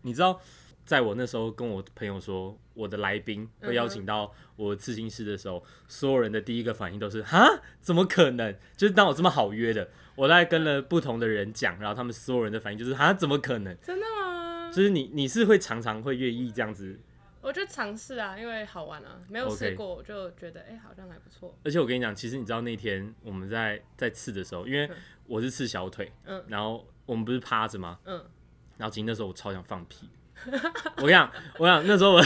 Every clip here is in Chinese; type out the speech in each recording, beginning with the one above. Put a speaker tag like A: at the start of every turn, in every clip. A: 你知道，在我那时候跟我朋友说我的来宾被邀请到我刺青师的时候，所有人的第一个反应都是哈，怎么可能？就是当我这么好约的，我大概跟了不同的人讲，然后他们所有人的反应就是哈，怎么可能？
B: 真的吗？
A: 就是你你是会常常会愿意这样子，
B: 我就尝试啊，因为好玩啊，没有
A: OK
B: 试过，我就觉得哎、好像还不错。
A: 而且我跟你讲，其实你知道那天我们在在刺的时候，因为
B: 嗯
A: 我是刺小腿，
B: 嗯
A: 然后我们不是趴着吗？
B: 嗯，
A: 然后其实那时候我超想放屁。我跟你讲，我跟你讲那时候我，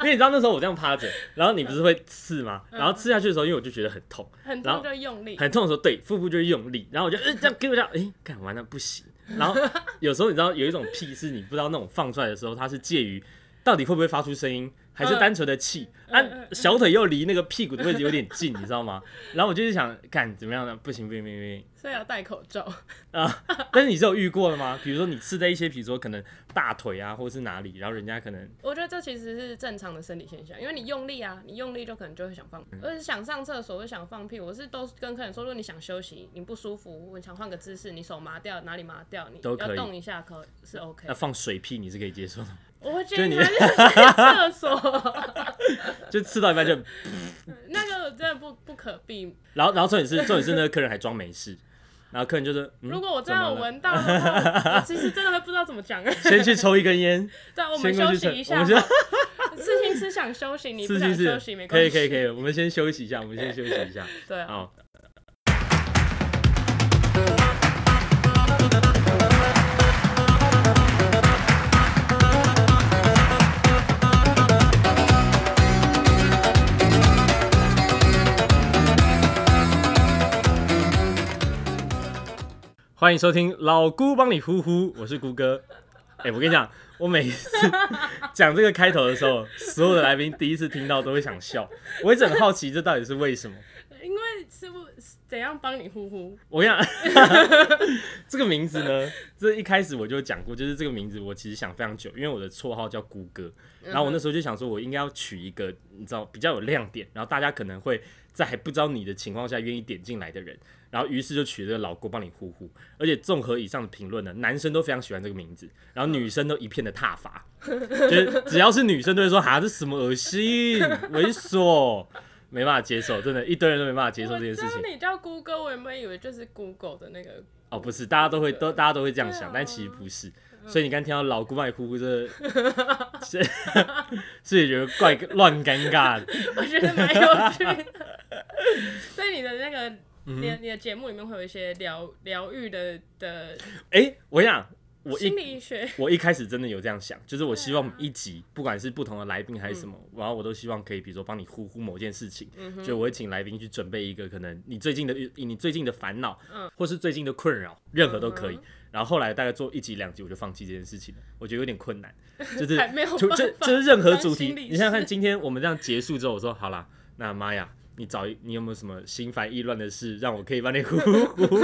A: 因为你知道那时候我这样趴着，然后你不是会刺吗？然后刺下去的时候，因为我就觉得很痛，
B: 很
A: 然
B: 痛
A: 后
B: 就用力，
A: 很痛的时候，对腹部就会用力，然后我就、呃、这样给我这样，哎、干完了不行。然后有时候你知道有一种屁是你不知道那种放出来的时候，它是介于到底会不会发出声音，还是单纯的气。啊
B: 嗯嗯，
A: 小腿又离那个屁股的位置有点近，你知道吗？然后我就是想，干怎么样呢？不行不行不行不行。
B: 所以要戴口罩。
A: 啊、 但是你是有遇过的吗？比如说你刺在一些，比如说可能大腿啊，或者是哪里，然后人家可能
B: 我觉得这其实是正常的生理现象，因为你用力啊，你用力就可能就会想放，
A: 嗯
B: 而且想上厕所，会想放屁。我是都跟客人说，如果你想休息，你不舒服，你想换个姿势，你手麻掉，哪里麻掉，你
A: 都可以
B: 要动一下可是 OK
A: 要。呃放水屁，你是可以接受的 吗，
B: 我会
A: 就
B: 建
A: 你
B: 议他去厕所，
A: 就刺到一半就，
B: 那个真的不不可避。
A: 然后然后重点是重点是那个客人还装没事，然后客人就是、嗯、
B: 如果我
A: 这
B: 真的有闻到的话，我其实真的会不知道怎么讲。啊
A: 先去抽一根烟，
B: 对啊， 我
A: 先
B: 们
A: 过
B: 休
A: 去
B: 息
A: 抽
B: 一
A: 我
B: 下
A: 们先
B: 好。事情是想休息，你不
A: 是
B: 想
A: 是
B: 休息
A: 是，
B: 没
A: 可
B: 关
A: 以
B: 系。
A: 可以可以，我们先休息一下，我们先休息一下，
B: 对啊，
A: 好。欢迎收听老姑帮你呼呼，我是姑哥。哎、我跟你讲，我每次讲这个开头的时候，所有的来宾第一次听到都会想笑，我一直很好奇这到底是为什么。
B: 因为是不怎样帮你呼呼？
A: 我跟你讲，这个名字呢，这一开始我就讲过，就是这个名字我其实想非常久，因为我的绰号叫谷歌，然后我那时候就想说，我应该要取一个你知道比较有亮点，然后大家可能会在还不知道你的情况下愿意点进来的人，然后于是就取了这个老郭帮你呼呼，而且综合以上的评论呢，男生都非常喜欢这个名字，然后女生都一片的挞伐，就是只要是女生都会说哈这什么恶心猥琐，没办法接受，真的，一堆人都没办法接受
B: 我
A: 这件事情
B: 知道。你叫谷歌，我原本以为就是 Google 的那个，
A: 哦，不是，大家都会都大家都会这样想，
B: 对啊嗯
A: 但其实不是。所以你刚听到老姑卖哭哭这， 是是觉得怪乱尴尬的。
B: 我觉得蛮有趣的。 所以你的那
A: 嗯
B: 个，你的你的节目里面会有一些疗疗愈的的
A: 哎、我跟你讲，我
B: 心
A: 一
B: 理学，
A: 我一开始真的有这样想，就是我希望
B: 对
A: 每
B: 啊嗯
A: 一集，不管是不同的来宾还是什么，然后我都希望可以，比如说帮你呼呼某件事情，就我会请来宾去准备一个可能你最近的你最近的烦恼，
B: 嗯
A: 或是最近的困扰，任何都可以。然后后来大概做一集两集，我就放弃这件事情了，我觉得有点困难， 就是
B: 还没有
A: 就
B: 办
A: 就
B: 法
A: 就是任何
B: 当
A: 主题，
B: 心理
A: 你想想看，
B: 师
A: 今天我们这样结束之后，我说好啦，那玛雅，你找一你有没有什么心烦意乱的事，让我可以帮你呼呼呼？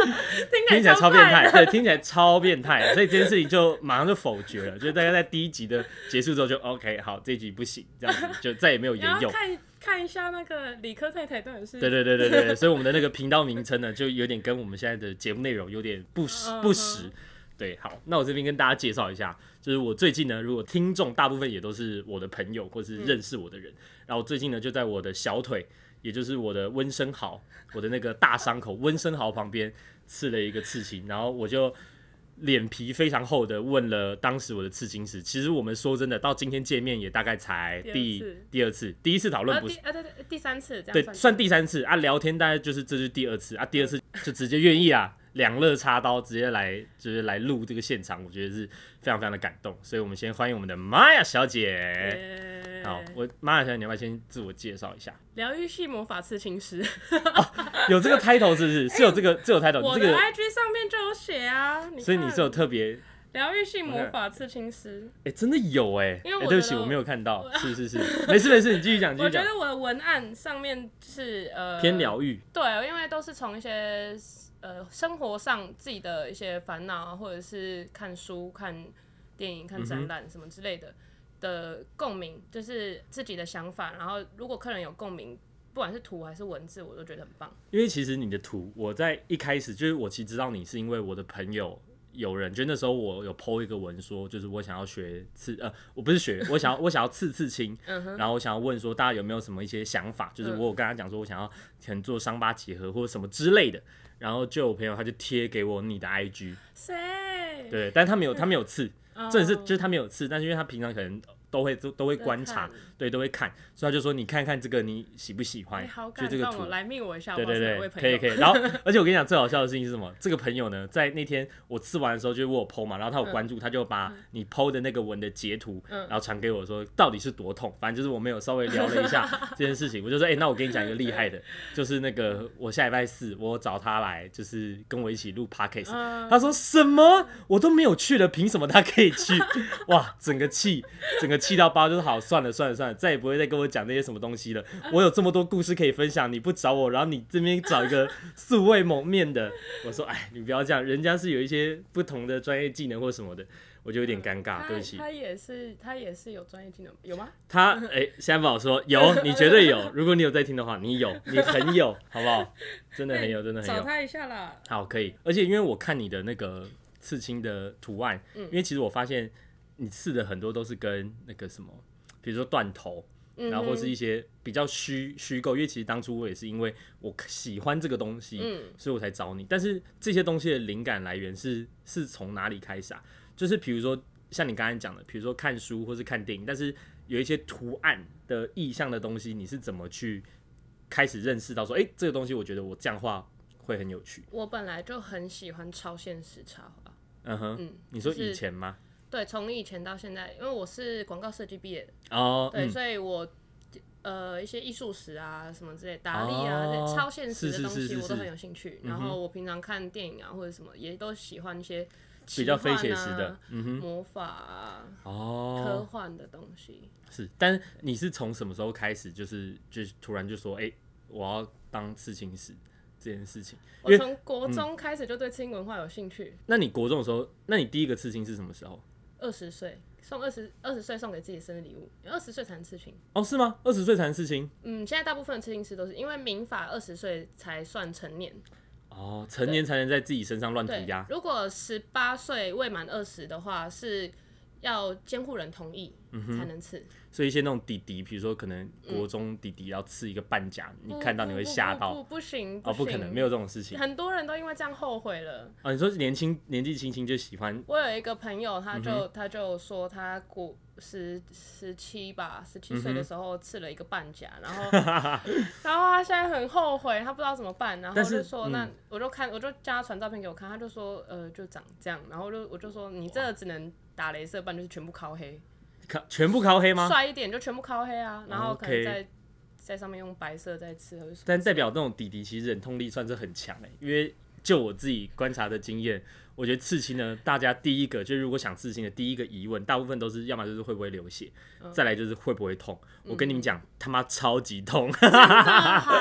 A: 听
B: 听
A: 起来超变态，
B: 怪的。
A: 对，听起来超变态，所以这件事情就马上就否决了，就是大家在第一集的结束之后就 OK，好，这一集不行，这样子就再也没有沿
B: 然后
A: 用。
B: 看看一下那个理科太太到底是
A: 对对对对对，所以我们的那个频道名称呢，就有点跟我们现在的节目内容有点不实不实
B: 嗯。
A: 对，好，那我这边跟大家介绍一下，就是我最近呢，如果听众大部分也都是我的朋友或是
B: 嗯
A: 认识我的人，然后最近呢就在我的小腿，也就是我的温生蚝，我的那个大伤口温生蚝旁边刺了一个刺青，然后我就。脸皮非常厚的问了当时我的刺青师，其实我们说真的，到今天见面也大概才第
B: 第
A: 第二
B: 二次
A: 次，第一次讨论
B: 啊
A: 不是
B: 第啊对对第三次这
A: 对
B: 样，
A: 算第三次啊，聊天大概就是这就是第二次啊，第二次就直接愿意啊， 两肋插刀直接来就是来录这个现场，我觉得是非常非常的感动，所以我们先欢迎我们的玛雅小姐。
B: 耶
A: 好，我玛雅小姐，你要不要先自我介绍一下？
B: 疗愈系魔法刺青师，
A: 有这个 title 是不是？是有这个，这有 title，
B: 哎我
A: 这
B: 的
A: 个，
B: IG 上面就有写啊，
A: 所以你
B: 看
A: 是有特别，
B: 疗愈系魔
A: 看
B: 法刺青师。
A: 哎，真的有哎，
B: 因为
A: 哎，
B: 我
A: 对不
B: 觉
A: 起，
B: 得
A: 我没有看到，是是是，没事没事，你继续讲，继
B: 我
A: 续
B: 觉
A: 讲，
B: 得我的文案上面是呃
A: 偏疗愈，
B: 对，因为都是从一些呃生活上自己的一些烦恼啊，或者是看书、看电影、看展览什么之类的、的共鸣，就是自己的想法。然后如果客人有共鸣，不管是图还是文字，我都觉得很棒。
A: 因为其实你的图，我在一开始就是我其实知道你是因为我的朋友有人，就那时候我有 PO 一个文说，就是我想要学刺呃，我不是学，我想要我想要刺刺青，
B: 嗯哼，
A: 然后我想要问说大家有没有什么一些想法，就是
B: 嗯
A: 我有跟他讲说我想要可能做伤疤结合或者什么之类的，然后就有朋友他就贴给我你的 IG，
B: 谁？，
A: 对，但他没有他没有 刺，
B: 哦
A: 这也是就是
B: 是
A: 他没有刺，但是因为他平常可能都会都都会观察，对，都会看，所以他就说你看看这个你喜不喜欢
B: 你好，
A: 就
B: 感
A: 这个
B: 动
A: 图
B: 哦，，来命我一下，
A: 对对
B: 我
A: 对，
B: 朋
A: 可以可以。然后，而且我跟你讲，最好笑的事情是什么？这个朋友呢，在那天我吃完的时候，就是我有 PO 嘛，然后他有关注，他就把你 PO 的那个文的截图，
B: 嗯
A: 然后传给我说，到底是多痛？反正就是我们有稍微聊了一 下这件事情，我就说，哎、那我跟你讲一个厉害的，就是那个我下礼拜四我找他来，就是跟我一起录 podcast、
B: 嗯
A: 他说什么？我都没有去了，凭什么他可以去？哇，整个气，整个气到爆，就是好，算了算了算了，再也不会再跟我讲那些什么东西了。我有这么多故事可以分享，你不找我，然后你这边找一个素未谋面的，我说，哎，你不要这样，人家是有一些不同的专业技能或什么的，我就有点尴尬，
B: 他
A: 对不起。
B: 他也是他也是有专业技能，有吗？
A: 他哎、现在不好说，有，你绝对有。如果你有在听的话，你有，你很有，好不好？真的很有，真的很
B: 找
A: 有。
B: 他一下啦。
A: 好，可以。而且因为我看你的那个刺青的图案，
B: 嗯
A: 因为其实我发现你刺的很多都是跟那个什么，比如说断头，
B: 嗯
A: 然后或是一些比较虚虚构。因为其实当初我也是因为我喜欢这个东西，
B: 嗯
A: 所以我才找你。但是这些东西的灵感来源是是从哪里开始啊？就是比如说像你刚才讲的，比如说看书或是看电影，但是有一些图案的意象的东西，你是怎么去开始认识到说，哎、这个东西我觉得我这样画会很有趣？
B: 我本来就很喜欢超现实插画，
A: 嗯哼，
B: 嗯，
A: 你说
B: 就是
A: 以前吗？
B: 对，从以前到现在，因为我是广告设计毕业的，
A: 哦，
B: 对，
A: 嗯
B: 所以我呃一些艺术史啊什么之类，达利啊、
A: 哦
B: 这超现实
A: 是
B: 的
A: 是
B: 东
A: 是
B: 西
A: 是嗯
B: 我都
A: 是
B: 很有兴趣。然后我平常看电影啊或者什么，也都喜欢一些
A: 比
B: 奇
A: 较非
B: 幻
A: 写实的嗯
B: 啊，魔法啊、科
A: 哦，
B: 幻的东西。
A: 是。但是你是从什么时候开始，就是就是突然就说，哎、我要当刺青师这件事情？因
B: 我
A: 为嗯
B: 从国中开始就对清文化有兴趣，
A: 那你国中的时候，那你第一个刺青是什么时候？
B: 二十岁送二十二十岁送给自己生日礼物，二十岁才能刺青。
A: 哦，是吗？二十岁才能刺青？
B: 嗯，现在大部分的刺青师都是因为民法二十岁才算成年，
A: 哦，成年才能在自己身上乱涂
B: 对
A: 鸦，。
B: 如果十八岁未满二十的话，是要监护人同意
A: 嗯
B: 才能刺。
A: 所以一些那种弟弟，比如说可能国中弟弟要刺一个半甲，你
B: 哦不
A: 看到你会吓
B: 不不
A: 到。
B: 不不行，
A: 哦，不可
B: 行
A: 能，没有这种事情
B: 很多人都因为这样后悔了。
A: 啊！你说年轻年纪轻轻就喜欢
B: 我有一个朋友，他
A: 嗯
B: 就、他就说他过十十七吧，十七
A: 嗯
B: 岁的时候刺了一个半甲，然 后然后他现在很后悔，他不知道怎么办，然后
A: 但是
B: 就说
A: 嗯
B: 那我就看我就叫他传照片给我看，他就说呃就长这样，然后我就我就说你这个只能打镭射，不然就是全部烤黑，
A: 靠全部靠黑吗？
B: 帅一点就全部烤黑啊，然后可
A: 啊 OK
B: 能再在上面用白色再刺，或者是
A: 但代表那种弟弟其实忍痛力算是很强哎、因为就我自己观察的经验，我觉得刺青呢，大家第一个就是如果想刺青的第一个疑问，大部分都是要么就是会不会流血，再来就是会不会痛。我跟你们讲，他妈超级痛！
B: 真的还好，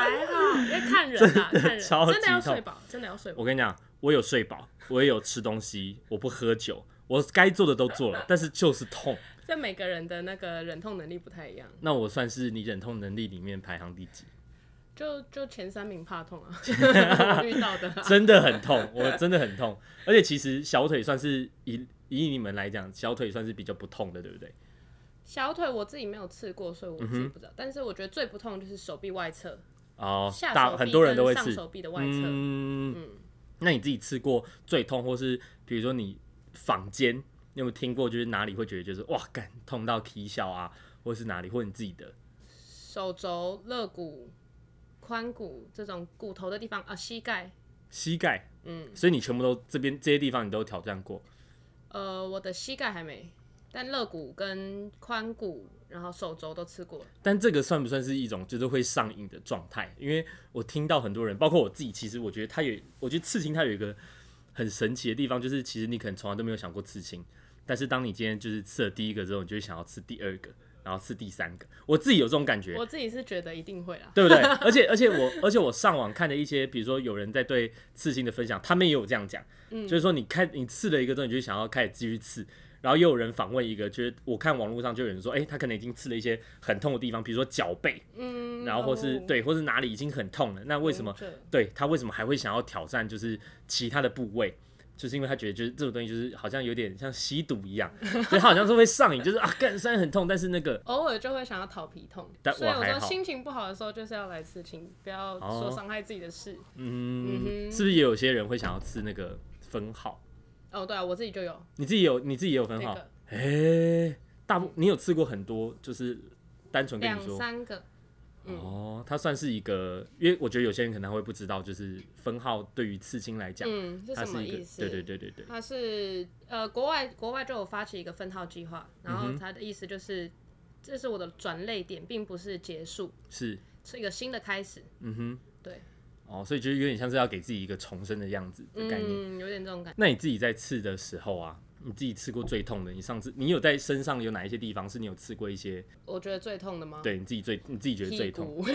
B: 因为看人啦，看人
A: 超级
B: 真的要睡
A: 痛
B: 饱，真的要睡饱。
A: 我跟你讲，我有睡饱，我也有吃东西，我不喝酒，我该做的都做了，但是就是痛。
B: 这每个人的那个忍痛能力不太一样，
A: 那我算是你忍痛能力里面排行第几？
B: 就就前三名怕痛啊， 我遇到的啊、
A: 真的很痛，我真的很痛。而且其实小腿算是以以你们来讲，小腿算是比较不痛的，对不对？
B: 小腿我自己没有刺过，所以我
A: 嗯
B: 自己不知道。但是我觉得最不痛就是手臂外侧，
A: 哦，
B: 下
A: 大
B: 手
A: 很
B: 臂
A: 多人都会
B: 跟上
A: 刺。
B: 手臂的外侧。
A: 嗯，那你自己吃过最痛，或是比如说你坊间，你有没有听过，就是哪里会觉得就是哇，感痛到啼笑啊，或是哪里，或你自己的
B: 手肘、肋骨、髋骨这种骨头的地方啊，膝盖。
A: 膝盖，
B: 嗯，
A: 所以你全部都这边这些地方你都挑战过，
B: 呃，我的膝盖还没，但肋骨跟髋骨，然后手肘都吃过了。
A: 但这个算不算是一种就是会上瘾的状态？因为我听到很多人，包括我自己，其实我觉得它有，我觉得刺青它有一个很神奇的地方，就是其实你可能从来都没有想过刺青，但是当你今天就是刺了第一个之后，你就会想要刺第二个，然后刺第三个。我自己有这种感觉，
B: 我自己是觉得一定会啦。
A: 对不对？而且而且我而且我上网看的一些，比如说有人在对刺青的分享，他们也有这样讲，
B: 嗯
A: 就是说你看你刺了一个之后，你就想要开始继续刺。然后又有人访问一个，就是我看网络上就有人说，哎，他可能已经刺了一些很痛的地方，比如说脚背，
B: 嗯，
A: 然后或是
B: 哦嗯
A: 对，或是哪里已经很痛了，那为什么？
B: 这
A: 对他为什么还会想要挑战就是其他的部位？就是因为他觉得就是这种东西就是好像有点像吸毒一样， 所以他好像是会上瘾，就是啊，干虽然很痛，但是那个
B: 偶尔就会想要讨皮痛，
A: 但
B: 所以
A: 我
B: 我
A: 还
B: 说
A: 好
B: 心情不好的时候就是要来刺青，不要
A: 哦
B: 说伤害自己的事。
A: 嗯，
B: 嗯哼
A: 是不是也有些人会想要刺那个分号？
B: 哦，对啊，我自己就有
A: 你自己有你自己也有分
B: 这
A: 号？
B: 个
A: 哎、大部你有刺过很多，就是单纯跟
B: 两
A: 你说
B: 三个，嗯
A: 哦，它算是一个，因为我觉得有些人可能会不知道，就是分号对于刺青来讲，
B: 嗯，是
A: 它
B: 什
A: 是
B: 么
A: 一个
B: 意，思？
A: 对对对对对，
B: 它是呃，国外国外就有发起一个分号计划，然
A: 嗯
B: 后它的意思就是，这是我的转类点，并不是结束，
A: 是，
B: 是一个新的开始。
A: 嗯哼，
B: 对，
A: 哦，所以就是有点像是要给自己一个重生的样子的概念。
B: 嗯，有点这种感觉。
A: 那你自己在刺的时候啊，你自己刺过最痛的，你上次你有在身上有哪一些地方是你有刺过一些，
B: 我觉得最痛的吗？
A: 对你自己最你自己觉得最
B: 屁
A: 痛？
B: 股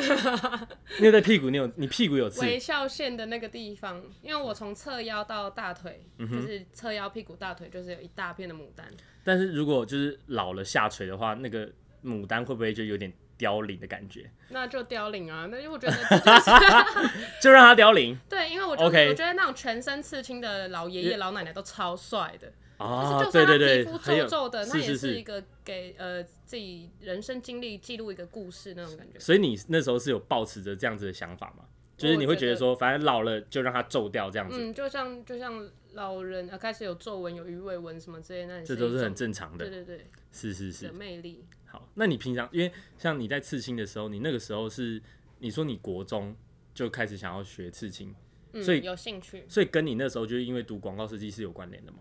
A: 你有在屁股，你有你屁股有刺，
B: 微笑线的那个地方，因为我从侧腰到大腿，
A: 嗯
B: 就是侧腰、屁股、大腿，就是有一大片的牡丹。
A: 但是如果就是老了下垂的话，那个牡丹会不会就有点凋零的感觉？
B: 那就凋零啊，那因为我觉得 这就是
A: 就让它凋零
B: 对，因为我觉得
A: OK
B: 我觉得那种全身刺青的老爷爷老奶奶都超帅的，
A: 啊
B: 就！
A: 对
B: 算
A: 对
B: 他皮
A: 对，
B: 肤
A: 很
B: 皱
A: 有
B: 皱的，那
A: 是
B: 也
A: 是
B: 是一
A: 是。
B: 个给呃自己人生经历记录一个故事那种感觉。
A: 所以你那时候是有抱持着这样子的想法吗？就是你会觉得说，反正老了就让它皱掉这样子，
B: 嗯，就像就像老人呃开始有皱纹、有鱼尾纹什么之类，那也
A: 这都
B: 是一
A: 是很
B: 种
A: 正常
B: 对
A: 的。
B: 对对
A: 是是是
B: 的，魅力。
A: 好，那你平常因为像你在刺青的时候，你那个时候是你说你国中就开始想要学刺青，
B: 嗯，
A: 所以
B: 有兴趣，
A: 所以跟你那时候就是因为读广告设计是有关联的嘛？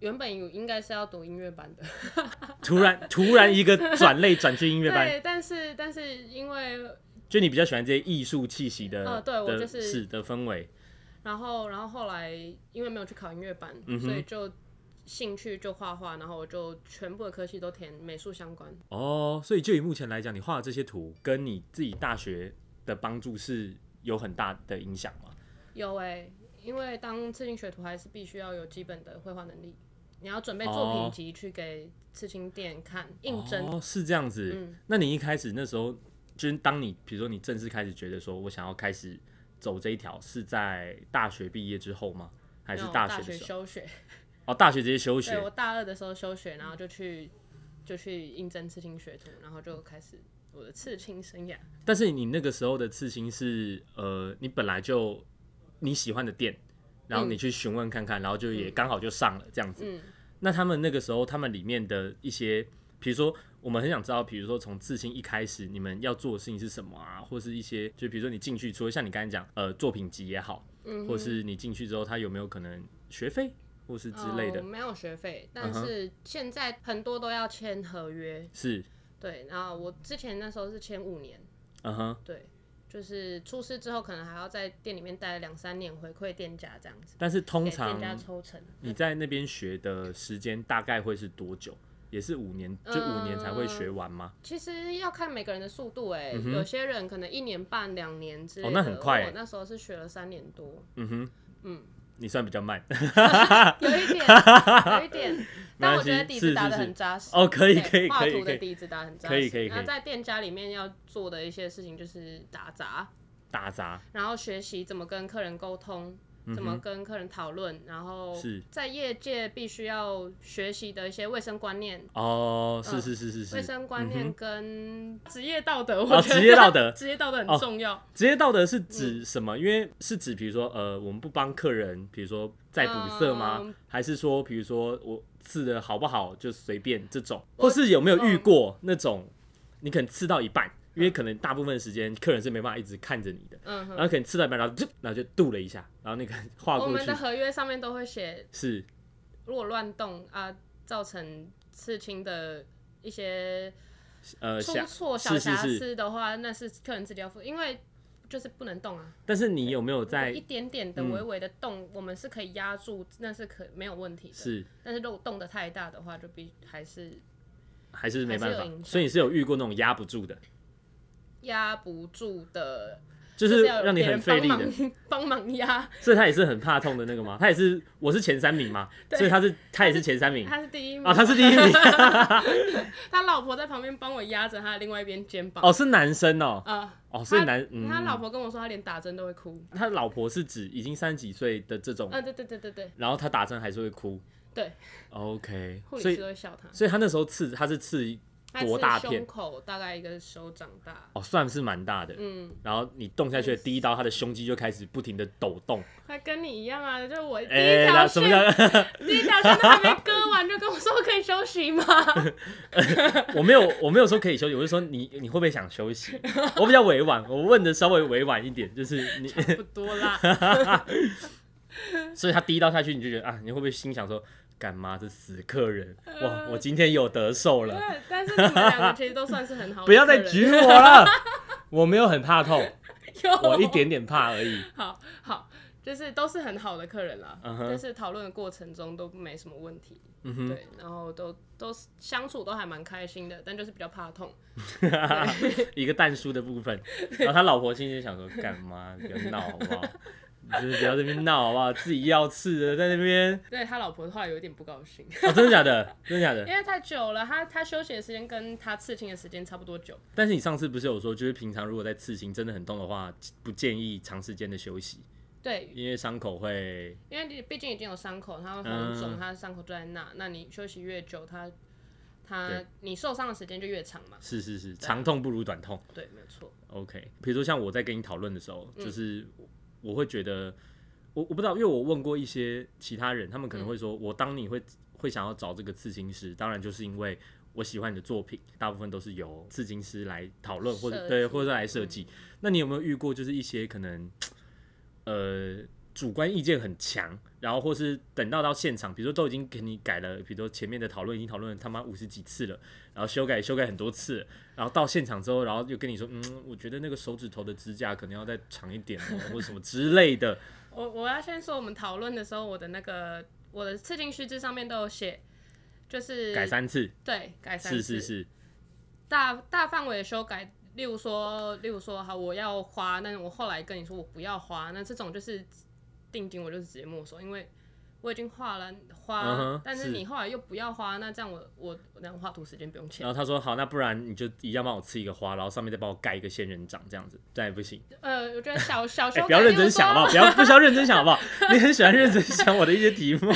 B: 原本有应该是要读音乐班的，
A: 突然突然一个转类转去音乐班，
B: 对，但是但是因为
A: 就你比较喜欢这些艺术气息的，
B: 呃对我
A: 的
B: 就是
A: 的氛围，
B: 然后然后后来因为没有去考音乐班，
A: 嗯哼
B: 所以就兴趣就画画，然后我就全部的科系都填美术相关。
A: 哦，所以就以目前来讲，你画的这些图跟你自己大学的帮助是有很大的影响吗？
B: 有哎、因为当刺青学徒还是必须要有基本的绘画能力，你要准备作品集去给刺青店看、应征。
A: 哦，是这样子。
B: 嗯
A: 那你一开始那时候，就是当你比如说你正式开始觉得说我想要开始走这一条，是在大学毕业之后吗？还是
B: 没有
A: 大
B: 大
A: 学的时候？
B: 休学？
A: 哦，大学直接休
B: 对我
A: 学。
B: 大二的时候休学，然后就去就去应征刺青学徒，然后就开始我的刺青生涯。
A: 但是你那个时候的刺青是呃，你本来就你喜欢的店，然后你去询问看看，然后就也刚好就上了这样子。
B: 嗯，
A: 那他们那个时候，他们里面的一些，比如说，我们很想知道，比如说从刺青一开始，你们要做的事情是什么啊，或是一些，就比如说你进去，除了像你刚才讲，呃，作品集也好，
B: 嗯哼
A: 或是你进去之后，他有没有可能学费或是之类的，
B: 哦没有学费，但
A: 嗯哼
B: 是现在很多都要签合约。
A: 是，
B: 对，然后我之前那时候是签五年，
A: 嗯哼，
B: 对，就是出师之后可能还要在店里面待两三年，回馈店家这样子，
A: 但是通
B: 给店
A: 常
B: 家抽成。
A: 你在那边学的时间大概会是多久？也是五年，
B: 呃
A: 就五年才会学完吗？
B: 其实要看每个人的速度哎、
A: 嗯哼
B: 有些人可能一年半、两年之类的。
A: 哦那很快欸
B: 我那时候是学了三年 多，
A: 嗯哼，
B: 嗯，
A: 你算比较慢
B: 有一点，有一点，但我觉
A: 没
B: 得
A: 关系
B: 底
A: 是
B: 子打
A: 是是
B: 得很扎实。
A: 哦，可以
B: 对
A: 可以
B: 画
A: 可
B: 图
A: 以可
B: 的
A: 以，
B: 底子打得很扎实。
A: 可以可以可以
B: 那在店家里面要做的一些事情就是打杂，
A: 打杂
B: 然后学习怎么跟客人沟通，怎么跟客人讨论，然后
A: 嗯是
B: 在业界必须要学习的一些卫生观念。
A: 哦，是是是是是，
B: 卫生观
A: 嗯
B: 念
A: 哼
B: 跟职业道德，
A: 哦
B: 我觉得
A: 职业道德
B: 职业道德
A: 哦
B: 很重要。
A: 职业道德是指什
B: 嗯
A: 么？因为是指比如说呃，我们不帮客人，比如说再补色吗？
B: 嗯
A: 还是说比如说我刺的好不好就随便这种，
B: 我
A: 或是有没有遇过那种你可能刺到一半，因为可能大部分时间客人是没办法一直看着你的，
B: 嗯
A: 然
B: 哼，
A: 后可能刺到一半，然后就然后就度了一下，然后那个划
B: 我
A: 过
B: 们
A: 去
B: 的合约上面都会写，
A: 是
B: 如果乱动啊，造成刺青的一些
A: 呃
B: 出
A: 瑕
B: 错、小
A: 是是
B: 瑕
A: 是，
B: 疵的话，那是客人自己要付，因为就是不能动啊。
A: 但是你有没有
B: 有一
A: 在嗯
B: 点点的微微的动，我们是可以压住，那是可没有问题的。
A: 是？
B: 但是如果动的太大的话，就必还是
A: 还是没办
B: 还
A: 法
B: 是有影，响
A: 所以你是有遇过那种压不住的，
B: 压不住的。
A: 就是让你很费力的，
B: 的，帮忙 压，
A: 所以他也是很怕痛的那个吗？他也是，我是前三名嘛，所以他是他也是前三名
B: 他是第一名
A: 啊，他是第一名
B: 他老婆在旁边帮我压着他的另外一边肩 膀。
A: 哦，是男生哦，
B: 啊，
A: 哦，所以
B: 他
A: 男嗯，
B: 他老婆跟我说，他连打针都会哭。
A: 他老婆是指已经三十几岁的这种，
B: 啊，对对对对对
A: 然后他打针还是会哭
B: 对，
A: ，OK，
B: 护理
A: 所
B: 师
A: 以
B: 都会笑他。
A: 所以他那时候刺他是刺
B: 他
A: 多
B: 是
A: 大片
B: 胸口大概一个手掌大，
A: 哦，算是蛮大的，
B: 嗯，
A: 然后你动下去的第一刀，他的胸肌就开始不停的抖动，
B: 他跟你一样啊，就是我第一
A: 哎、那
B: 条
A: 什
B: 线，
A: 么叫？
B: 第一条线都还没割完，就跟我说我可以休 息吗？
A: 我没有，我没有说可以休息，我是说你你会不会想休息？我比较委婉，我问的稍微委婉一点，就是你，
B: 不多啦，
A: 所以他第一刀下去，你就觉得啊，你会不会心想说，干嘛这死客人？哇，我今天有得受
B: 对
A: 了，，
B: 但是你们两个其实都算是很好的客人，
A: 不要再举我了， 我没有很怕痛，
B: 有
A: 我一点点怕而已。
B: 好好，就是都是很好的客人啦，
A: 嗯哼
B: 但是讨论的过程中都没什么问题，
A: 嗯哼，
B: 对，然后都都是相处都还蛮开心的，但就是比较 怕痛，
A: 一个蛋叔的部分，然后他老婆心里想说，干嘛不要闹好不好？你就是不要在那边闹好不好？自己要刺的在那边，
B: 对他老婆后来有点不高兴，
A: 哦，真的假的？真的假的？
B: 因为太久了，他他休息的时间跟他刺青的时间差不多久，
A: 但是你上次不是有说，就是平常如果在刺青真的很痛的话，不建议长时间的休息，
B: 对，
A: 因为伤口会
B: 因为你毕竟已经有伤口，它会红肿，
A: 嗯
B: 它伤口就在那，那你休息越久，它它
A: 对
B: 你受伤的时间就越长嘛，
A: 是是是，长痛不如短痛。
B: 对，没有错，
A: OK，比如说像我在跟你讨论的时候，
B: 嗯
A: 就是我会觉得，我我不知道，因为我问过一些其他人，他们可能会说，我当你会会想要找这个刺青师，当然就是因为我喜欢你的作品，大部分都是由刺青师来讨论或
B: 设
A: 者
B: 计
A: 对或者来设计。那你有没有遇过就是一些可能呃主观意见很强，然后或是等到到现场，比如说都已经给你改了，比如说前面的讨论已经讨论了他妈五十几次了，然后修改修改很多次了，然后到现场之后，然后又跟你说，嗯，我觉得那个手指头的指甲可能要再长一点哦，或什么之类的。
B: 我我要先说我们讨论的时候，我的那个我的刺青须知上面都有写， 就是
A: 改三次，
B: 对改三
A: 是
B: 次
A: 是是，
B: 大大范围的修改，例如说，例如说，好，我要花，但是我后来跟你说我不要花，那这种就是定金，我就是直接没收，因为我已经画了花
A: 嗯哼
B: 但是
A: 是
B: 你后来又不要花，那这样我我我那样画图时间不用 钱，
A: 然后他说好，那不然你就一样帮我刺一个花，然后上面再帮我盖一个仙人掌，这样子，这样也不行。
B: 呃，我觉得小小
A: 哎、
B: 修改、
A: 不要认真想好不好？不要不需要认真想好不 好？你很喜欢认真想我的一些题目，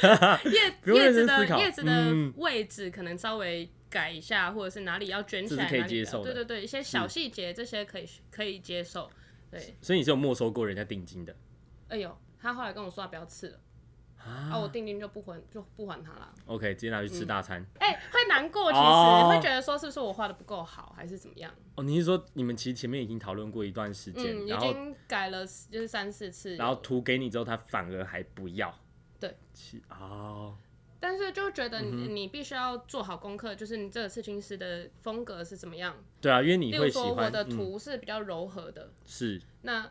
A: 不
B: 叶
A: 用
B: 叶
A: 认
B: 子
A: 真
B: 的
A: 思考嗯
B: 叶子的位置可能稍微改一下，或者是哪里要卷起来，
A: 这是可以
B: 哪里
A: 接受的
B: 对对对，一些小细节这些可以可以接受。对，
A: 所以你是有没收过人家定金的
B: 哎呦，他后来跟我说他不要吃了，
A: 啊
B: 啊，我定金就不还就不还他了。
A: ？OK，直接拿去吃大餐。
B: 哎、会难过，其实、
A: 哦
B: 会觉得说是不是我画的不够好，还是怎么样？
A: 哦，你是说你们其实前面已经讨论过一段时间，
B: 嗯，已
A: 然后
B: 经改了就是三四次有，
A: 然后图给你之后，他反而还不要。
B: 对
A: 其，哦，
B: 但是就觉得
A: 嗯
B: 你、你必须要做好功课，就是你这个刺青师的风格是怎么样。
A: 对啊，因为
B: 例
A: 你
B: 如
A: 会喜
B: 说
A: 欢
B: 我的
A: 嗯、
B: 图是比较柔和的，
A: 是
B: 那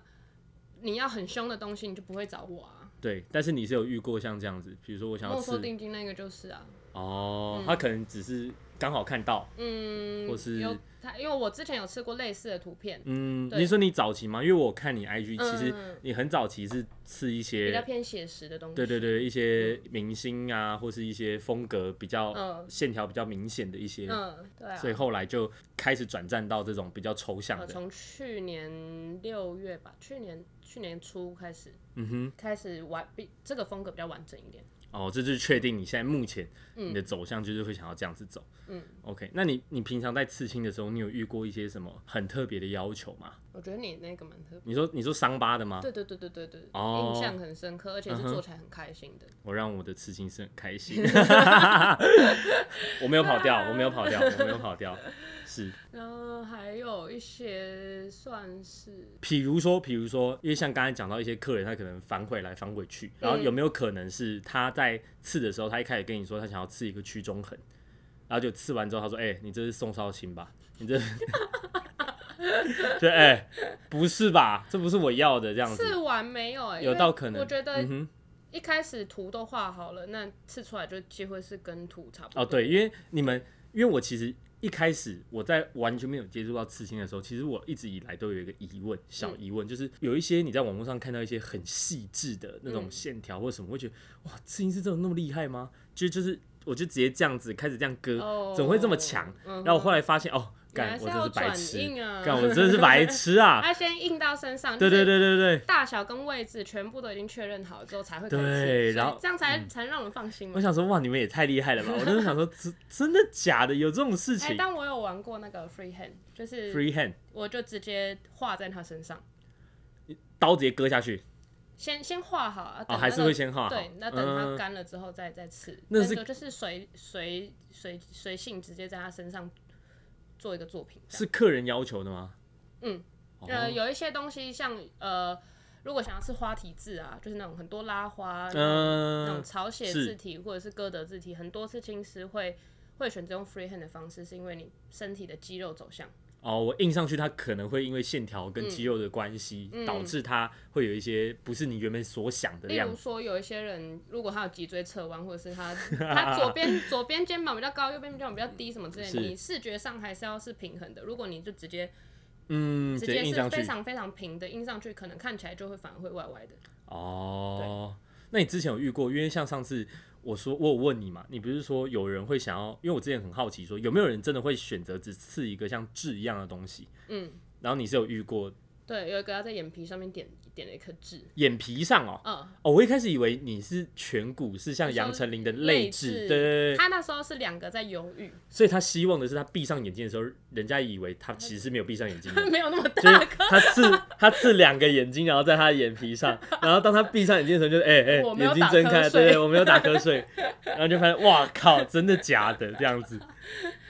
B: 你要很凶的东西，你就不会找我啊。
A: 对，但是你是有遇过像这样子，比如说我想要
B: 没收
A: 吃
B: 定金那个就是啊，
A: 哦，他可能只是刚好看到，
B: 嗯，
A: 或是
B: 有他，因为我之前有吃过类似的图片，
A: 嗯，
B: 对
A: 你说你早期吗？因为我看你 IG，
B: 嗯
A: 其实
B: 嗯
A: 你很早期是刺一
B: 比较
A: 些，
B: 偏写实的东西。
A: 对对对，一些明星啊，或是一些风格比较
B: 嗯
A: 线条比较明显的一些，
B: 嗯，对啊。
A: 所以后来就开始转战到这种比较抽象
B: 呃，
A: 的，
B: 从去年六月吧，去年去年初开始
A: 嗯哼。
B: 开始完，比这个风格比较完整一点。
A: 哦，这就是确定你现在目前你的走向就是会想要这样子走。
B: 嗯
A: ，OK，那你你平常在刺青的时候，你有遇过一些什么很特别的要求吗？
B: 我觉得你那个蛮特别。
A: 你说你说伤疤的吗？
B: 对对对对对对，
A: 啊哦嗯
B: 印象很深刻，而且是做起来很开心的。
A: 我让我的刺青师很开 心，我没有跑掉，我没有跑掉，我没有跑掉。是，
B: 然后还有一些算是
A: 比如说，比如说，因为像刚才讲到一些客人，他可能反悔来反悔去，然后有没有可能是他在刺的时候，他一开始跟你说他想要刺一个曲中横，然后就刺完之后，他说：“哎、你这是宋少卿吧？你这 就哎、不是吧？这不是我要的这样子。
B: 刺完没有、欸？
A: 有
B: 因为
A: 到可能
B: 我觉得
A: 嗯哼，
B: 一开始图都画好了，那刺出来就几乎是跟图差不多。
A: 哦，对，因为你们，因为我其实一开始我在完全没有接触到刺青的时候，其实我一直以来都有一个疑问，
B: 嗯
A: 小疑问，就是有一些你在网络上看到一些很细致的那
B: 嗯
A: 种线条或什么，会觉得哇，刺青是真的那么厉害吗？就就是我就直接这样子开始这样割，
B: 哦
A: 怎么会这么强？
B: 嗯
A: 然后我后来发现哦，
B: 原
A: 干
B: 来
A: 我真
B: 要
A: 是白
B: 转
A: 痴，
B: 印啊！哎
A: 干我真是白痴 啊！
B: 它先印到身上，
A: 对
B: 就
A: 对
B: 是
A: 对对对。
B: 大小跟位置全部都已经确认好之后才会开
A: 对
B: 始所以
A: 然后嗯
B: 这样才、才让人放心嘛
A: 我。想说，哇，你们也太厉害了吧！我真的想说，真真的假的？有这种事
B: 哎、
A: 情
B: 但我有玩过那个 free hand，就是
A: ？Free hand，
B: 我就直接画在他身上，
A: 刀直接割下去，
B: 先先画好啊，等
A: 哦，
B: 那
A: 还是
B: 个
A: 会先画好。嗯
B: 对，那等它干了之后再再刺，
A: 那
B: 但
A: 是
B: 就就是随随随随性直接在他身上做一个作品这样。
A: 是客人要求的吗？
B: 嗯
A: 哦，
B: 呃，有一些东西像呃，如果想要是花体字啊，就是那种很多拉花，那种
A: 嗯，
B: 草写
A: 是
B: 字体或者是歌德字体，很多刺青师会会选择用 free hand 的方式，是因为你身体的肌肉走向。
A: 哦，我印上去，它可能会因为线条
B: 嗯
A: 跟肌肉的关系，导致它会有一些不是你原本所想的
B: 例
A: 样
B: 如
A: 子。
B: 说，有一些人如果他有脊椎侧弯，或者是 他他左边左边肩膀比较高，右边肩膀比较低什么之类
A: 是
B: 的，你视觉上还是要是平衡的。如果你就直接
A: 嗯，
B: 直
A: 直
B: 接
A: 接印上
B: 是非
A: 去。
B: 常非常平的印上去，可能看起来就会反而会歪歪的。
A: 哦，那你之前有遇过？因为像上次我说我有问你嘛，你不是说有人会想要？因为我之前很好奇说有没有人真的会选择只刺一个像痣一样的东西？
B: 嗯，
A: 然后你是有遇过
B: 对，有一个要在眼皮上面点点了一颗痣，
A: 眼皮上哦。
B: 嗯，
A: 哦，我一开始以为你是颧骨是像
B: 你说
A: 杨丞琳的
B: 泪
A: 泪痣，对对对，
B: 他那时候是两个在犹豫，
A: 所以他希望的是他闭上眼睛的时候，人家以为他其实是没有闭上眼睛的，
B: 没有那么
A: 嗯就
B: 大
A: 是他刺他刺两个眼睛，然后在他的眼皮上，然后当他闭上眼睛的时候就，哎哎、
B: 我没有
A: 眼睛
B: 打
A: 睁
B: 瞌
A: 开，
B: 睡
A: 对对，我没有打瞌睡，然后就发现哇靠，真的假的这样子，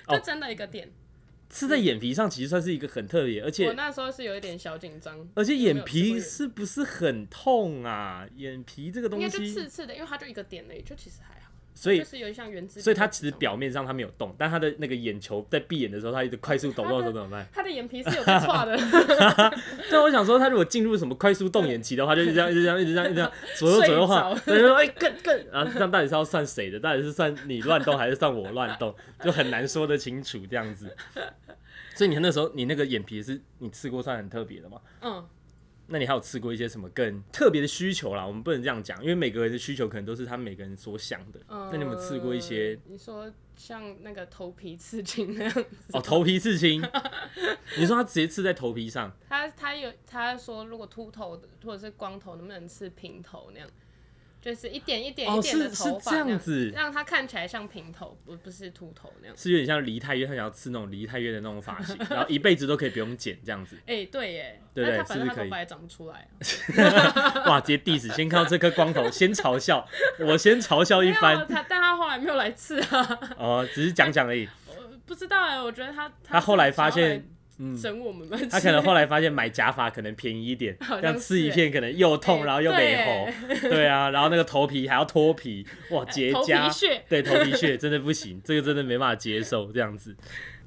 A: 哦
B: 就真的一个点。
A: 刺在眼皮上其实算是一个很特别，而
B: 我
A: 且
B: 那时候是有一点小紧张，
A: 而且
B: 因为没
A: 眼
B: 有刺过
A: 皮
B: 人
A: 是不是很痛啊？眼皮这个
B: 应该
A: 东
B: 就
A: 西，
B: 刺刺的，因为它就一个点而已，就其实还好。
A: 所以
B: 就是有点像原子笔那种，
A: 所以他其实表面上他没有动，但他的那个眼球在闭眼的时候，他一直快速抖动，
B: 他
A: 抖
B: 的
A: 动怎么办？
B: 他的眼皮是 有被戳的，
A: 但我想说，他如果进入什么快速动眼期的话，就一直这样，一直这样，一直这样，一直这样，左右左右晃，对，就说哎更更，然后这样到底是要算谁的？到底是算你乱动还是算我乱动？就很难说得清楚这样子。所以你那时候你那个眼皮是你刺过算很特别的嘛？
B: 嗯，
A: 那你还有刺过一些什么更特别的需求啦？我们不能这样讲，因为每个人的需求可能都是他每个人所想的。
B: 呃
A: 那你有没有刺过一些？
B: 你说像那个头皮刺青那样子，
A: 哦，头皮刺青， 你说他直接刺在头皮上，
B: 他他有他说如果秃头的或者是光头能不能刺平头那样，就是一点一点
A: 哦
B: 一点的
A: 是
B: 头
A: 是
B: 发
A: 这样
B: 那
A: 子
B: 让他看起来像平头，不不是秃头那样。
A: 是有点像梨泰院，他想要刺那种梨泰院的那种发型，然后一辈子都可以不用剪这 样子。
B: 哎、对耶，
A: 对不对
B: 但他反
A: 是
B: 正
A: 不
B: 他
A: 是
B: 头
A: 可以
B: 发也长不出来啊，
A: 哇，直接 diss，先看到这颗光头，先嘲笑，我先嘲笑
B: 没
A: 一
B: 有
A: 番。
B: 他，但他后来没有来刺啊，
A: 哦，只是讲讲 而已。
B: 我不知道哎，我觉得他
A: 他后来发
B: 是想要
A: 现
B: 来，
A: 嗯，
B: 整我们吧，
A: 他可能后来发现买假发可能便宜一点，
B: 好像
A: 这样刺一
B: 是
A: 片可能又痛，
B: 哎
A: 然后又
B: 对
A: 美 红。对啊，然后那个头皮还要脱皮，哇，结
B: 头皮
A: 痂。
B: 屑
A: 对，头皮屑真的不行，这个真的没办法接受这样子。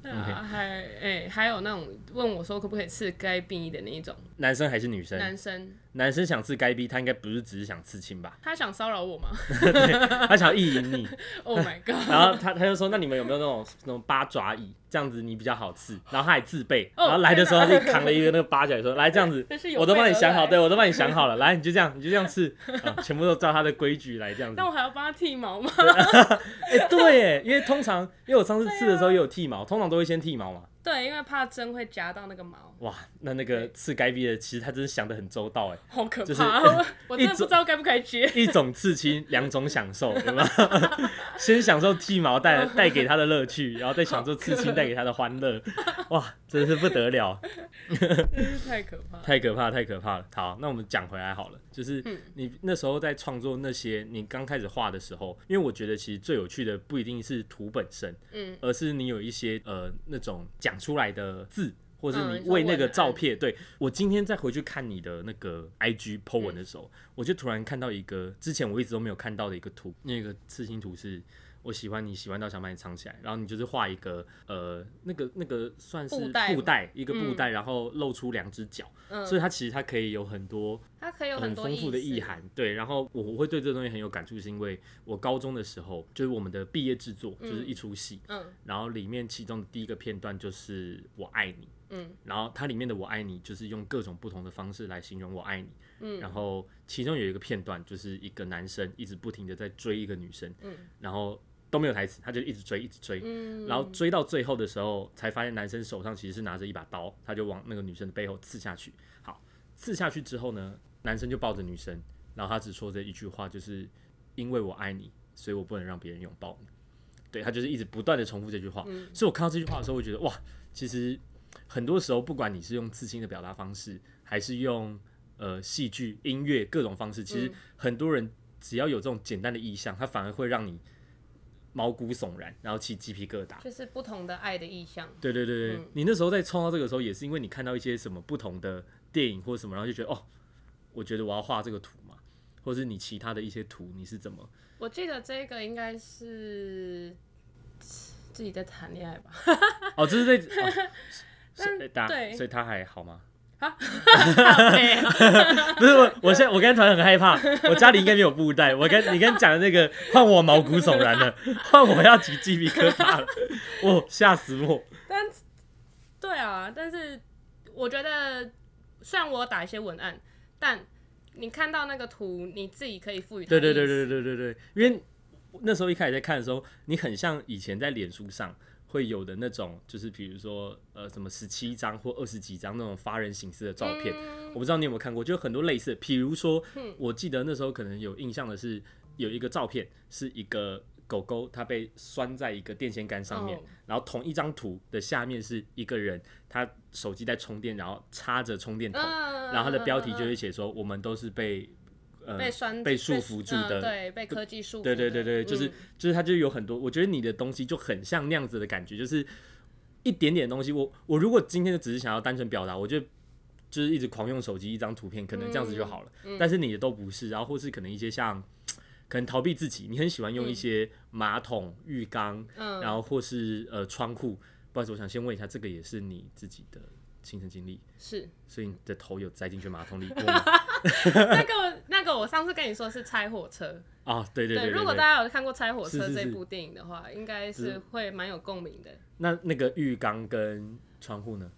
B: 对啊，还哎、还有那种问我说可不可以刺该病一点的那一种
A: 男生还是女生？
B: 男生，
A: 男生想刺该逼，他应该不是只是想刺青吧？
B: 他想骚扰我吗
A: 他想要意淫你，
B: ？Oh my god！
A: 然后他他就说，那你们有没有那种那种八爪椅，这样子你比较好刺？然后他还自备，
B: 哦
A: 然后来的时候他就扛了一个那个八爪 椅，说来这样子
B: 但是，有
A: 我都帮你
B: 备而
A: 想好，
B: 来
A: 对我都帮你想好了， 来你就这样你就这样刺，啊，全部都照他的规矩来这样子
B: 那。我还要帮他剃毛吗？
A: 哎，对耶，因为通常因为我上次刺的时候也有剃
B: 啊
A: 毛，通常都会先剃毛嘛。
B: 对，因为怕针会夹到那个毛，
A: 哇，那那个刺该逼的，其实他真是想的很周到哎，
B: 好可怕！
A: 就是
B: 我真的不知道该不该接。
A: 一种刺青，两种享受，对吗？ 先享受剃毛带带给他的乐趣，然后再享受刺青带给他的欢乐，哇，真是不得了。
B: 真是太可怕了。
A: 太可怕，太可怕了。好，那我们讲回来好了，就是
B: 嗯
A: 你那时候在创作那些你刚开始画的时候，因为我觉得其实最有趣的不一定是图本身，
B: 嗯，
A: 而是你有一些呃那种讲出来的字。或是
B: 嗯
A: 你
B: 你说
A: 为那个
B: 文案嗯
A: 照片，对我今天再回去看你的那个 IG po 文的时候，
B: 嗯
A: 我就突然看到一个之前我一直都没有看到的一个图，那个刺青图是我喜欢你，喜欢到想把你藏起来，然后你就是画一个呃那个那个算是
B: 布袋吗
A: 布袋一个布袋，然后露出两只脚，
B: 嗯
A: 所以它其实它可以有很多
B: 它可以嗯有
A: 很
B: 多
A: 丰富的意
B: 意思
A: 涵。对，然后我我会对这东西很有感触，是因为我高中的时候，就是我们的毕业制作，就是一出戏，
B: 嗯
A: 然后里面其中的第一个片段就是“我爱你”，
B: 嗯，
A: 然后它里面的“我爱你”就是用各种不同的方式来形容“我爱你”，嗯，然后其中有一个片段就是一个男生一直不停的在追一个女生，
B: 嗯，
A: 然后都没有台词，他就一直追，一直追，
B: 嗯，
A: 然后追到最后的时候，才发现男生手上其实是拿着一把刀，他就往那个女生的背后刺下去。好，刺下去之后呢，男生就抱着女生，然后他只说这一句话，就是因为我爱你，所以我不能让别人拥抱你。对他就是一直不断的重复这句话，所以我看到这句话的时候，我觉得哇，其实很多时候不管你是用刺青的表达方式，还是用呃戏剧、音乐各种方式，其实很多人只要有这种简单的意向，它反而会让你毛骨悚然，然后起鸡皮疙瘩。
B: 就是不同的爱的意象。
A: 对对对对，你那时候在创造这个时候，也是因为你看到一些什么不同的电影或什么，然后就觉得哦，我觉得我要画这个图嘛，或是你其他的一些图，你是怎么？
B: 我记得这个应该是自己在谈恋爱吧？
A: 哦，这是在，哦、所以大
B: 对
A: 所以他还好吗？
B: 对啊
A: 不是我，我现在我刚才突然很害怕，我家里应该没有布袋，我刚你刚讲的那个换我毛骨悚然了，换我要起鸡皮疙瘩了，哦，吓死我！
B: 对啊，但是我觉得虽然我有打一些文案，但你看到那个图，你自己可以赋予它
A: 对对
B: 意
A: 对
B: 思
A: 对对对对，因为那时候一开始在看的时候，你很像以前在脸书上会有的那种，就是比如说呃什么十七张或二十几张那种发人省思的照片，
B: 嗯
A: 我不知道你有没有看过，就有很多类似的，比如说我记得那时候可能有印象的是有一个照片是一个。狗狗它被拴在一个电线杆上面
B: 哦
A: 然后同一张图的下面是一个人，他手机在充电，然后插着充电头
B: 嗯，
A: 然后它的标题就
B: 嗯嗯
A: 会写说我们都是被呃
B: 被拴
A: 被束缚住
B: 嗯
A: 的
B: 对，被科技束缚
A: 对
B: 的。
A: 对对对，就是、
B: 嗯
A: 就是它就有很多，我觉得你的东西就很像那样子的感觉，就是一点点东西。我我如果今天就只是想要单纯表达，我就就是一直狂用手机一张图片，可能这样子就好了。
B: 嗯
A: 但是你的都不是，然后或是可能一些像可能逃避自己，你很喜欢用一些马桶、浴缸，
B: 嗯
A: 然后或是呃窗户。不好意思，我想先问一下，这个也是你自己的亲身经历，
B: 是
A: 所以你的头有栽进去马桶里过 吗？
B: 那个那个，我上次跟你说是拆火车。
A: 啊，对对对对
B: 如果
A: 对
B: 大家有看过《拆火车
A: 是》是
B: 这
A: 是
B: 部电影的话，应该是会蛮有共鸣的。
A: 那那个浴缸跟窗户呢？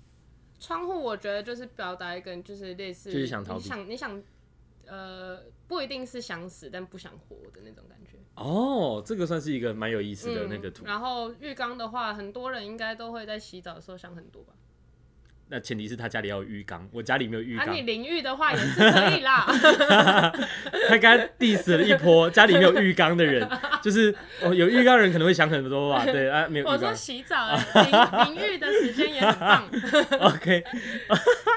B: 窗户我觉得就是表达一个就是类似，
A: 就是想逃避
B: 你想你想呃不一定是想死但不想活的那种感觉。
A: 哦，这个算是一个蛮有意思的那个图。
B: 嗯然后浴缸的话，很多人应该都会在洗澡的时候想很多吧？
A: 那前提是他家里要有浴缸，我家里没有浴
B: 啊，
A: 缸。
B: 你淋浴的话也是可以啦。
A: 他刚刚 diss 了一波家里没有浴缸的 人，就是哦，有浴缸的人可能会想很多吧？对啊，没有
B: 我
A: 浴
B: 说
A: 缸。
B: 洗澡、欸、淋淋浴的时间也很棒，
A: OK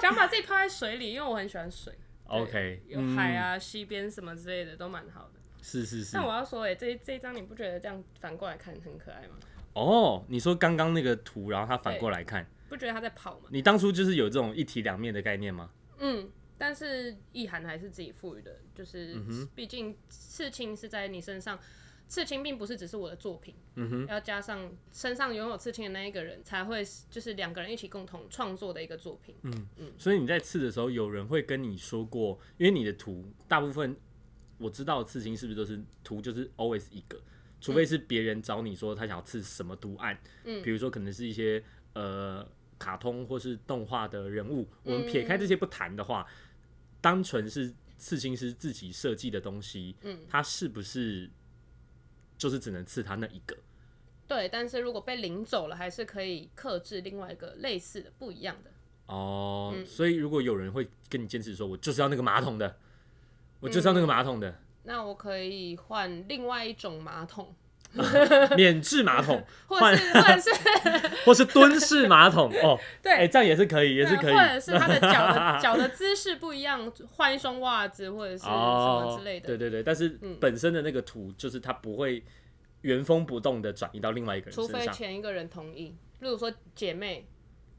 B: 想把自己泡在水里，因为我很喜欢水，
A: OK，嗯
B: 有海啊、溪边什么之类的都蛮好的。
A: 是嗯是是
B: 但。我要说、欸，哎，这这一张你不觉得这样反过来看很可爱吗？
A: 哦，你说刚刚那个图，然后他反过来看，
B: 不觉得他在跑吗？
A: 你当初就是有这种一体两面的概念吗？
B: 嗯，但是意涵还是自己赋予的，就是
A: 嗯
B: 毕竟刺青是在你身上，刺青并不是只是我的作品，
A: 嗯哼，
B: 要加上身上拥有刺青的那一个人，才会是就是两个人一起共同创作的一个作品。
A: 嗯所以你在刺的时候，有人会跟你说过，因为你的图大部分我知道的刺青是不是都是图就是 always 一个，除非是别人找你说他想要刺什么图案，嗯，比如说可能是一些呃卡通或是动画的人物，我们撇开这些不谈的话，单纯是刺青师自己设计的东西，嗯，它是不是就是只能刺他那一个？
B: 对，但是如果被领走了，还是可以克制另外一个类似的、不一样的。
A: 哦，所以如果有人会跟你坚持说，我就是要那个马桶的，我就是要那个马桶的。
B: 那我可以换另外一种 马桶，
A: 免治马桶，
B: 或者是或者是
A: 或是蹲式马 桶哦。
B: 对
A: 哎、这样也是可 以，也是可以
B: 或。者是他的脚 的脚的姿势不一样，换一双袜子或者是什么之类的。
A: 哦
B: 嗯
A: 对对对，但是本身的那个图就是它不会原封不动的转移到另外一个人
B: 除
A: 身
B: 非
A: 上。
B: 前一个人同意，例如说姐妹、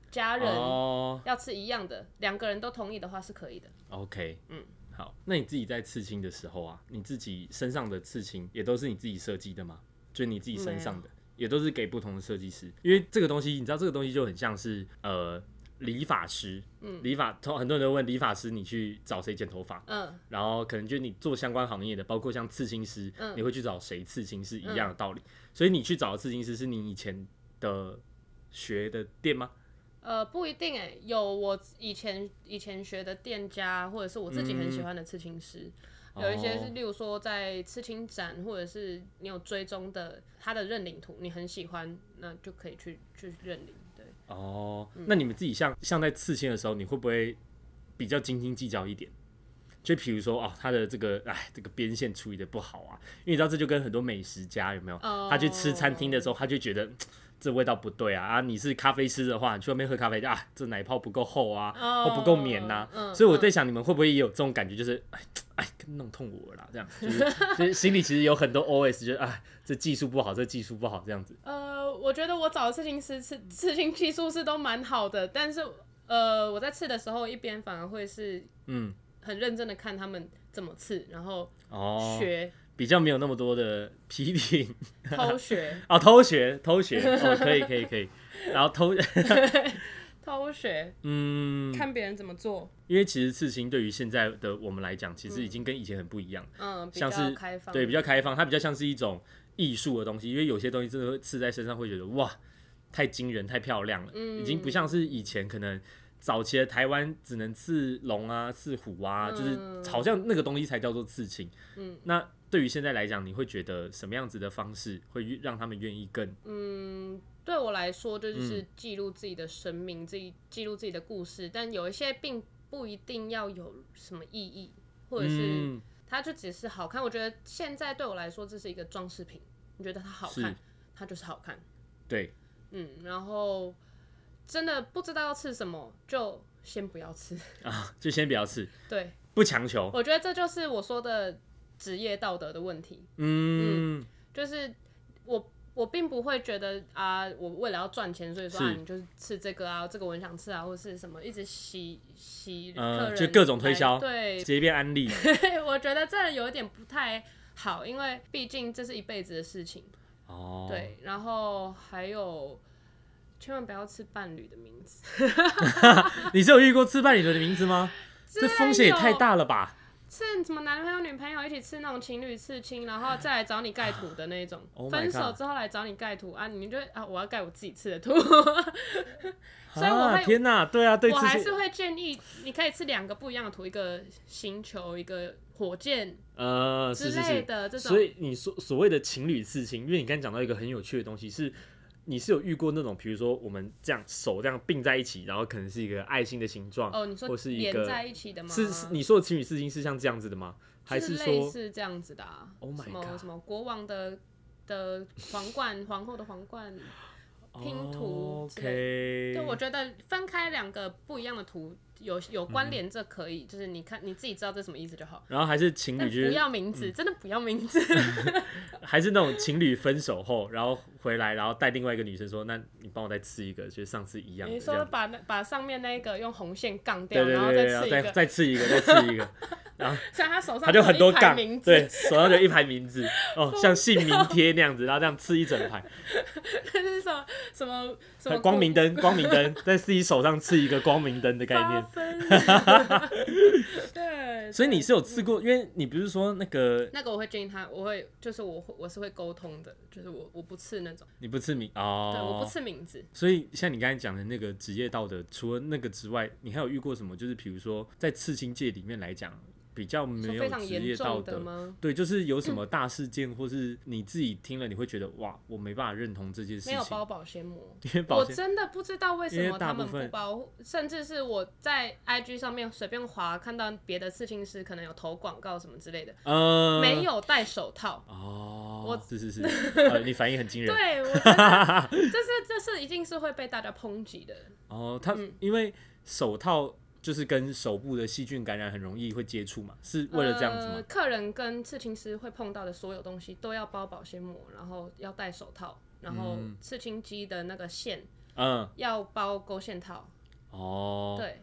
B: 家人、
A: 哦
B: 要吃一样的，两个人都同意的话是可以的。
A: ，OK，
B: 嗯
A: 嗯，好。那你自己在刺青的时候啊，你自己身上的刺青也都是你自己设计的吗？就你自己身上的，也都是给不同的设计师，因为这个东西，你知道，这个东西就很像是呃。理发师，嗯，理发，通很多人都问理发师你去找谁剪头发，
B: 嗯，
A: 然后可能就你做相关行业的，包括像刺青师，
B: 嗯
A: 你会去找谁刺青是一样的道理。所以你去找的刺青师是你以前的学的店吗？
B: 呃，不一定哎、有我以前以前学的店家，或者是我自己很喜欢的刺青师，有一些
A: 嗯哦
B: 是，例如说在刺青展，或者是你有追踪的他的认领图，你很喜欢，那就可以去去认领。对，
A: 哦，
B: 嗯
A: 那你们自己像像在刺青的时候，你会不会比较斤斤计较一点？就比如说哦，他的这个哎，这个边线处理的不好啊，因为你知道这就跟很多美食家有没有？
B: 哦
A: 他去吃餐厅的时候，他就觉得嘖这味道不对啊啊！你是咖啡师的话，你去外面喝咖啡就啊，这奶泡不够厚啊，
B: 哦
A: 或不够绵啊呐、
B: 嗯
A: 所以我在想，你们会不会也有这种感觉，就是哎嘖哎，弄痛我了啦，这样就是就是心里其实有很多 OS，就是啊，这技术不好，这技术不好这样子。
B: 呃，我觉得我找的刺青师刺刺青技术是都蛮好的，但是呃，我在刺的时候一边反而会是
A: 嗯，
B: 很认真的看他们怎么刺，然后
A: 哦，
B: 学、
A: 比较没有那么多的批评
B: 偷学
A: 哦，偷学偷学，哦，可以可以可以，然后偷
B: 偷学，
A: 嗯，
B: 看别人怎么做，
A: 因为其实刺青对于现在的我们来讲，其实已经跟以前很不一样，
B: 嗯，比较
A: 像是
B: 开放，
A: 对比较开放，它比较像是一种艺术的东西，因为有些东西真的会刺在身上会觉得哇，太惊人太漂亮了，
B: 嗯
A: 已经不像是以前可能。早期的台湾只能刺龙啊、刺虎啊，
B: 嗯
A: 就是好像那个东西才叫做刺青。
B: 嗯，
A: 那对于现在来讲，你会觉得什么样子的方式会让他们愿意更
B: 嗯，对我来说，这
A: 嗯
B: 就是记录自己的生命，自己记录自己的故事。但有一些并不一定要有什么意义，或者是
A: 嗯
B: 它就只是好看。我觉得现在对我来说，这是一个装饰品。你觉得它好看
A: 是，
B: 它就是好看。
A: 对，
B: 嗯，然后真的不知道要吃什么，就先不要吃。
A: 啊，就先不要吃，
B: 对，
A: 不强求。
B: 我觉得这就是我说的职业道德的问题。
A: 嗯，
B: 就是我我并不会觉得啊，我为了要赚钱，所以说啊，
A: 是
B: 你就是吃这个啊，这个我很想吃啊，或是什么一直洗洗客
A: 呃
B: 人来、
A: 就各种推销
B: 对
A: 直，接变安利。
B: 我觉得这有点不太好，因为毕竟这是一辈子的事情。
A: 哦，，
B: 对，然后还有。千万不要吃伴侣的名字，
A: 你是有遇过刺伴侣的名字吗？这风险也太
B: 有
A: 大了吧！
B: 是什么男朋友、女朋友一起吃那种情侣刺青，然后再来找你盖图的那种。
A: Oh my
B: 分手
A: God
B: 之后来找你盖图啊，你就啊，我要盖我自己吃 的图。所以我
A: 啊，
B: 会
A: 天哪，对啊，对
B: 我
A: 刺
B: 还是
A: 青，
B: 会建议你可以吃两个不一样的图，一个星球，一个火箭
A: 呃，
B: 之
A: 是是
B: 类
A: 是。
B: 的这种。
A: 所以你所所谓的情侣刺青，因为你刚刚讲到一个很有趣的东西是。你是有遇过那种，比如说我们这样手这样并在一起，然后可能是一个爱心的形状，
B: 哦，你说
A: 或是一
B: 连
A: 个
B: 在一起的吗？
A: 是是你说的情侣刺青是像这样子的吗？还
B: 是类
A: 说
B: 似这样子的、啊
A: Oh my
B: 什么
A: God
B: 什么国王的的皇冠， 皇后的皇
A: 嗯
B: 冠。拼图
A: 哦
B: 之
A: ？OK，
B: 对，我觉得分开两个不一样的图，有有关
A: 嗯
B: 联，这可以，就是你看你自己知道这什么意思就好。
A: 然后还是情
B: 但
A: 侣，
B: 不
A: 就是
B: 要名字，真的不要名字。
A: 嗯还是那种情侣分手后，然后回来，然后带另外一个女生说：“那你帮我再吃一个，就是上次一样
B: 你
A: 的这
B: 说
A: 样。
B: 把那把上面那个用红线杠”掉，
A: 对对
B: 然后
A: 对
B: 再
A: 对，然
B: 吃
A: 后
B: 一
A: 再
B: 个，
A: 再吃一个，再吃一个，
B: 像他手上
A: 他就很多
B: 有一排
A: 杠
B: 名，字，
A: 对，手上就一排名字，哦，像姓名贴那样子，然后这样吃一整 排，
B: 这是什么什么什么
A: 光明灯，光明灯，在自己手上吃一个光明灯的概
B: 八
A: 念。
B: 分，对，
A: 所以你
B: 对
A: 是有吃
B: 嗯
A: 过，因为你不是说那个
B: 那个我会建议他，我会就是我会我是会沟通的，就是我我不吃那种，
A: 你不吃名
B: 对，我
A: 哦
B: 不，吃名字，
A: 所以像你刚才讲的那个职业道德，除了那个之外，你还有遇过什么？就是比如说在刺青界里面来讲，比较
B: 你
A: 没
B: 说
A: 有
B: 非常
A: 职
B: 严
A: 业道
B: 重的
A: 德。
B: 吗？嗯
A: 对，就是有什么大事件，或是你自己听了，你会觉得哇，我没办法认同这件事
B: 没有
A: 情，
B: 包保鲜膜。
A: 因为保
B: 我
A: 险
B: 真的不知道为什
A: 因
B: 么
A: 为大
B: 他
A: 部
B: 们不
A: 分
B: 包，甚至是我在 IG 上面随便滑，看到别的刺青师可能有投广告什么之类的，
A: 呃
B: 没有戴手 套，
A: 哦，
B: 我
A: 是 是是，呃，你反应很惊人
B: 对我觉 得这是这是一定是会被大家抨击的，
A: 哦。他
B: 嗯
A: 因为手套就是跟手部的细菌感染很容易会接触嘛，是为了这样子
B: 呃
A: 吗？
B: 客人跟刺青师会碰到的所有东西都要包保鲜膜，然后要戴手套，然后刺青机的那个线
A: 嗯，
B: 要包勾线套，
A: 哦，
B: 呃对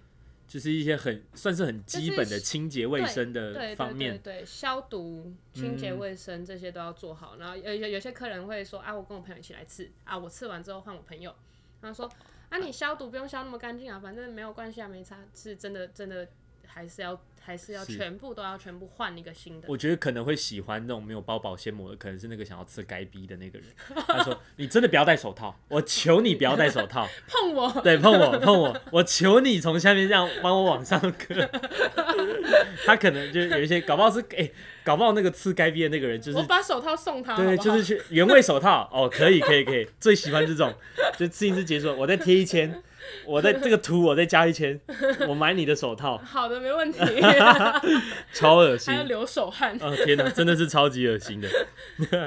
A: 就是一些很算是很基
B: 是
A: 本的清洁卫
B: 对
A: 生
B: 对对
A: 的方
B: 对
A: 面，嗯
B: 对，消毒、清洁卫生这些都要做好。然后有有有些客人会说啊，我跟我朋友一起来刺啊，我刺完之后换我朋友。然后说啊，你消毒不用消那么干净啊，反正没有关系啊，没差，是真的真的还是要还是要
A: 是
B: 全部都要全部换一个新的。
A: 我觉得可能会喜欢那种没有包保鲜膜的，可能是那个想要吃该逼的那个人。他说：“ 你真的不要戴手套，我求你不要戴手套，
B: 碰我，
A: 对，碰我碰我，我求你从下面这样帮我往上割。”他可能就有一些，搞不好是哎、搞不好那个吃该逼的那个人就是
B: 我把手套送他好不
A: 对，
B: 好，
A: 就是去原味手套哦，可以可以可以，最喜欢这种，就刺青师结束，我再贴一千，我在这个图我再加一千，我买你的手套，
B: 好的，没 问题。
A: 超恶
B: 还
A: 心
B: 要。流手汗。
A: 哦天哪，真的是超级恶心的。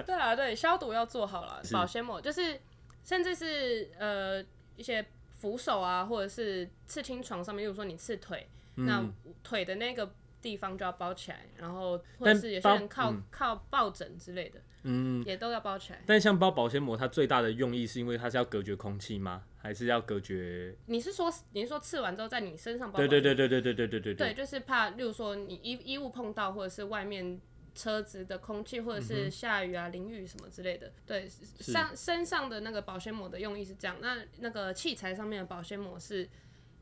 B: 对啊，对，消毒要做好了，
A: 是
B: 保鲜膜就是，甚至是呃一些扶手啊，或者是刺青床上面，例如说你刺腿，
A: 嗯
B: 那腿的那个地方就要包起来，然后或者
A: 但
B: 是有些
A: 包
B: 人靠、
A: 嗯
B: 靠抱枕之类的，
A: 嗯，
B: 也都要包起来。
A: 但像包保鲜膜，它最大的用意是因为它是要隔绝空气吗？还是要隔绝？
B: 你是说你是说刺完之后在你身上包？
A: 对对。对对对对对对对
B: 对，。就是怕，例如说你衣衣物碰到，或者是外面车子的空气，或者
A: 嗯
B: 是下雨啊、淋雨什么之类的。对，上身上的那个保鲜膜的用意是这样。那那个器材上面的保鲜膜是，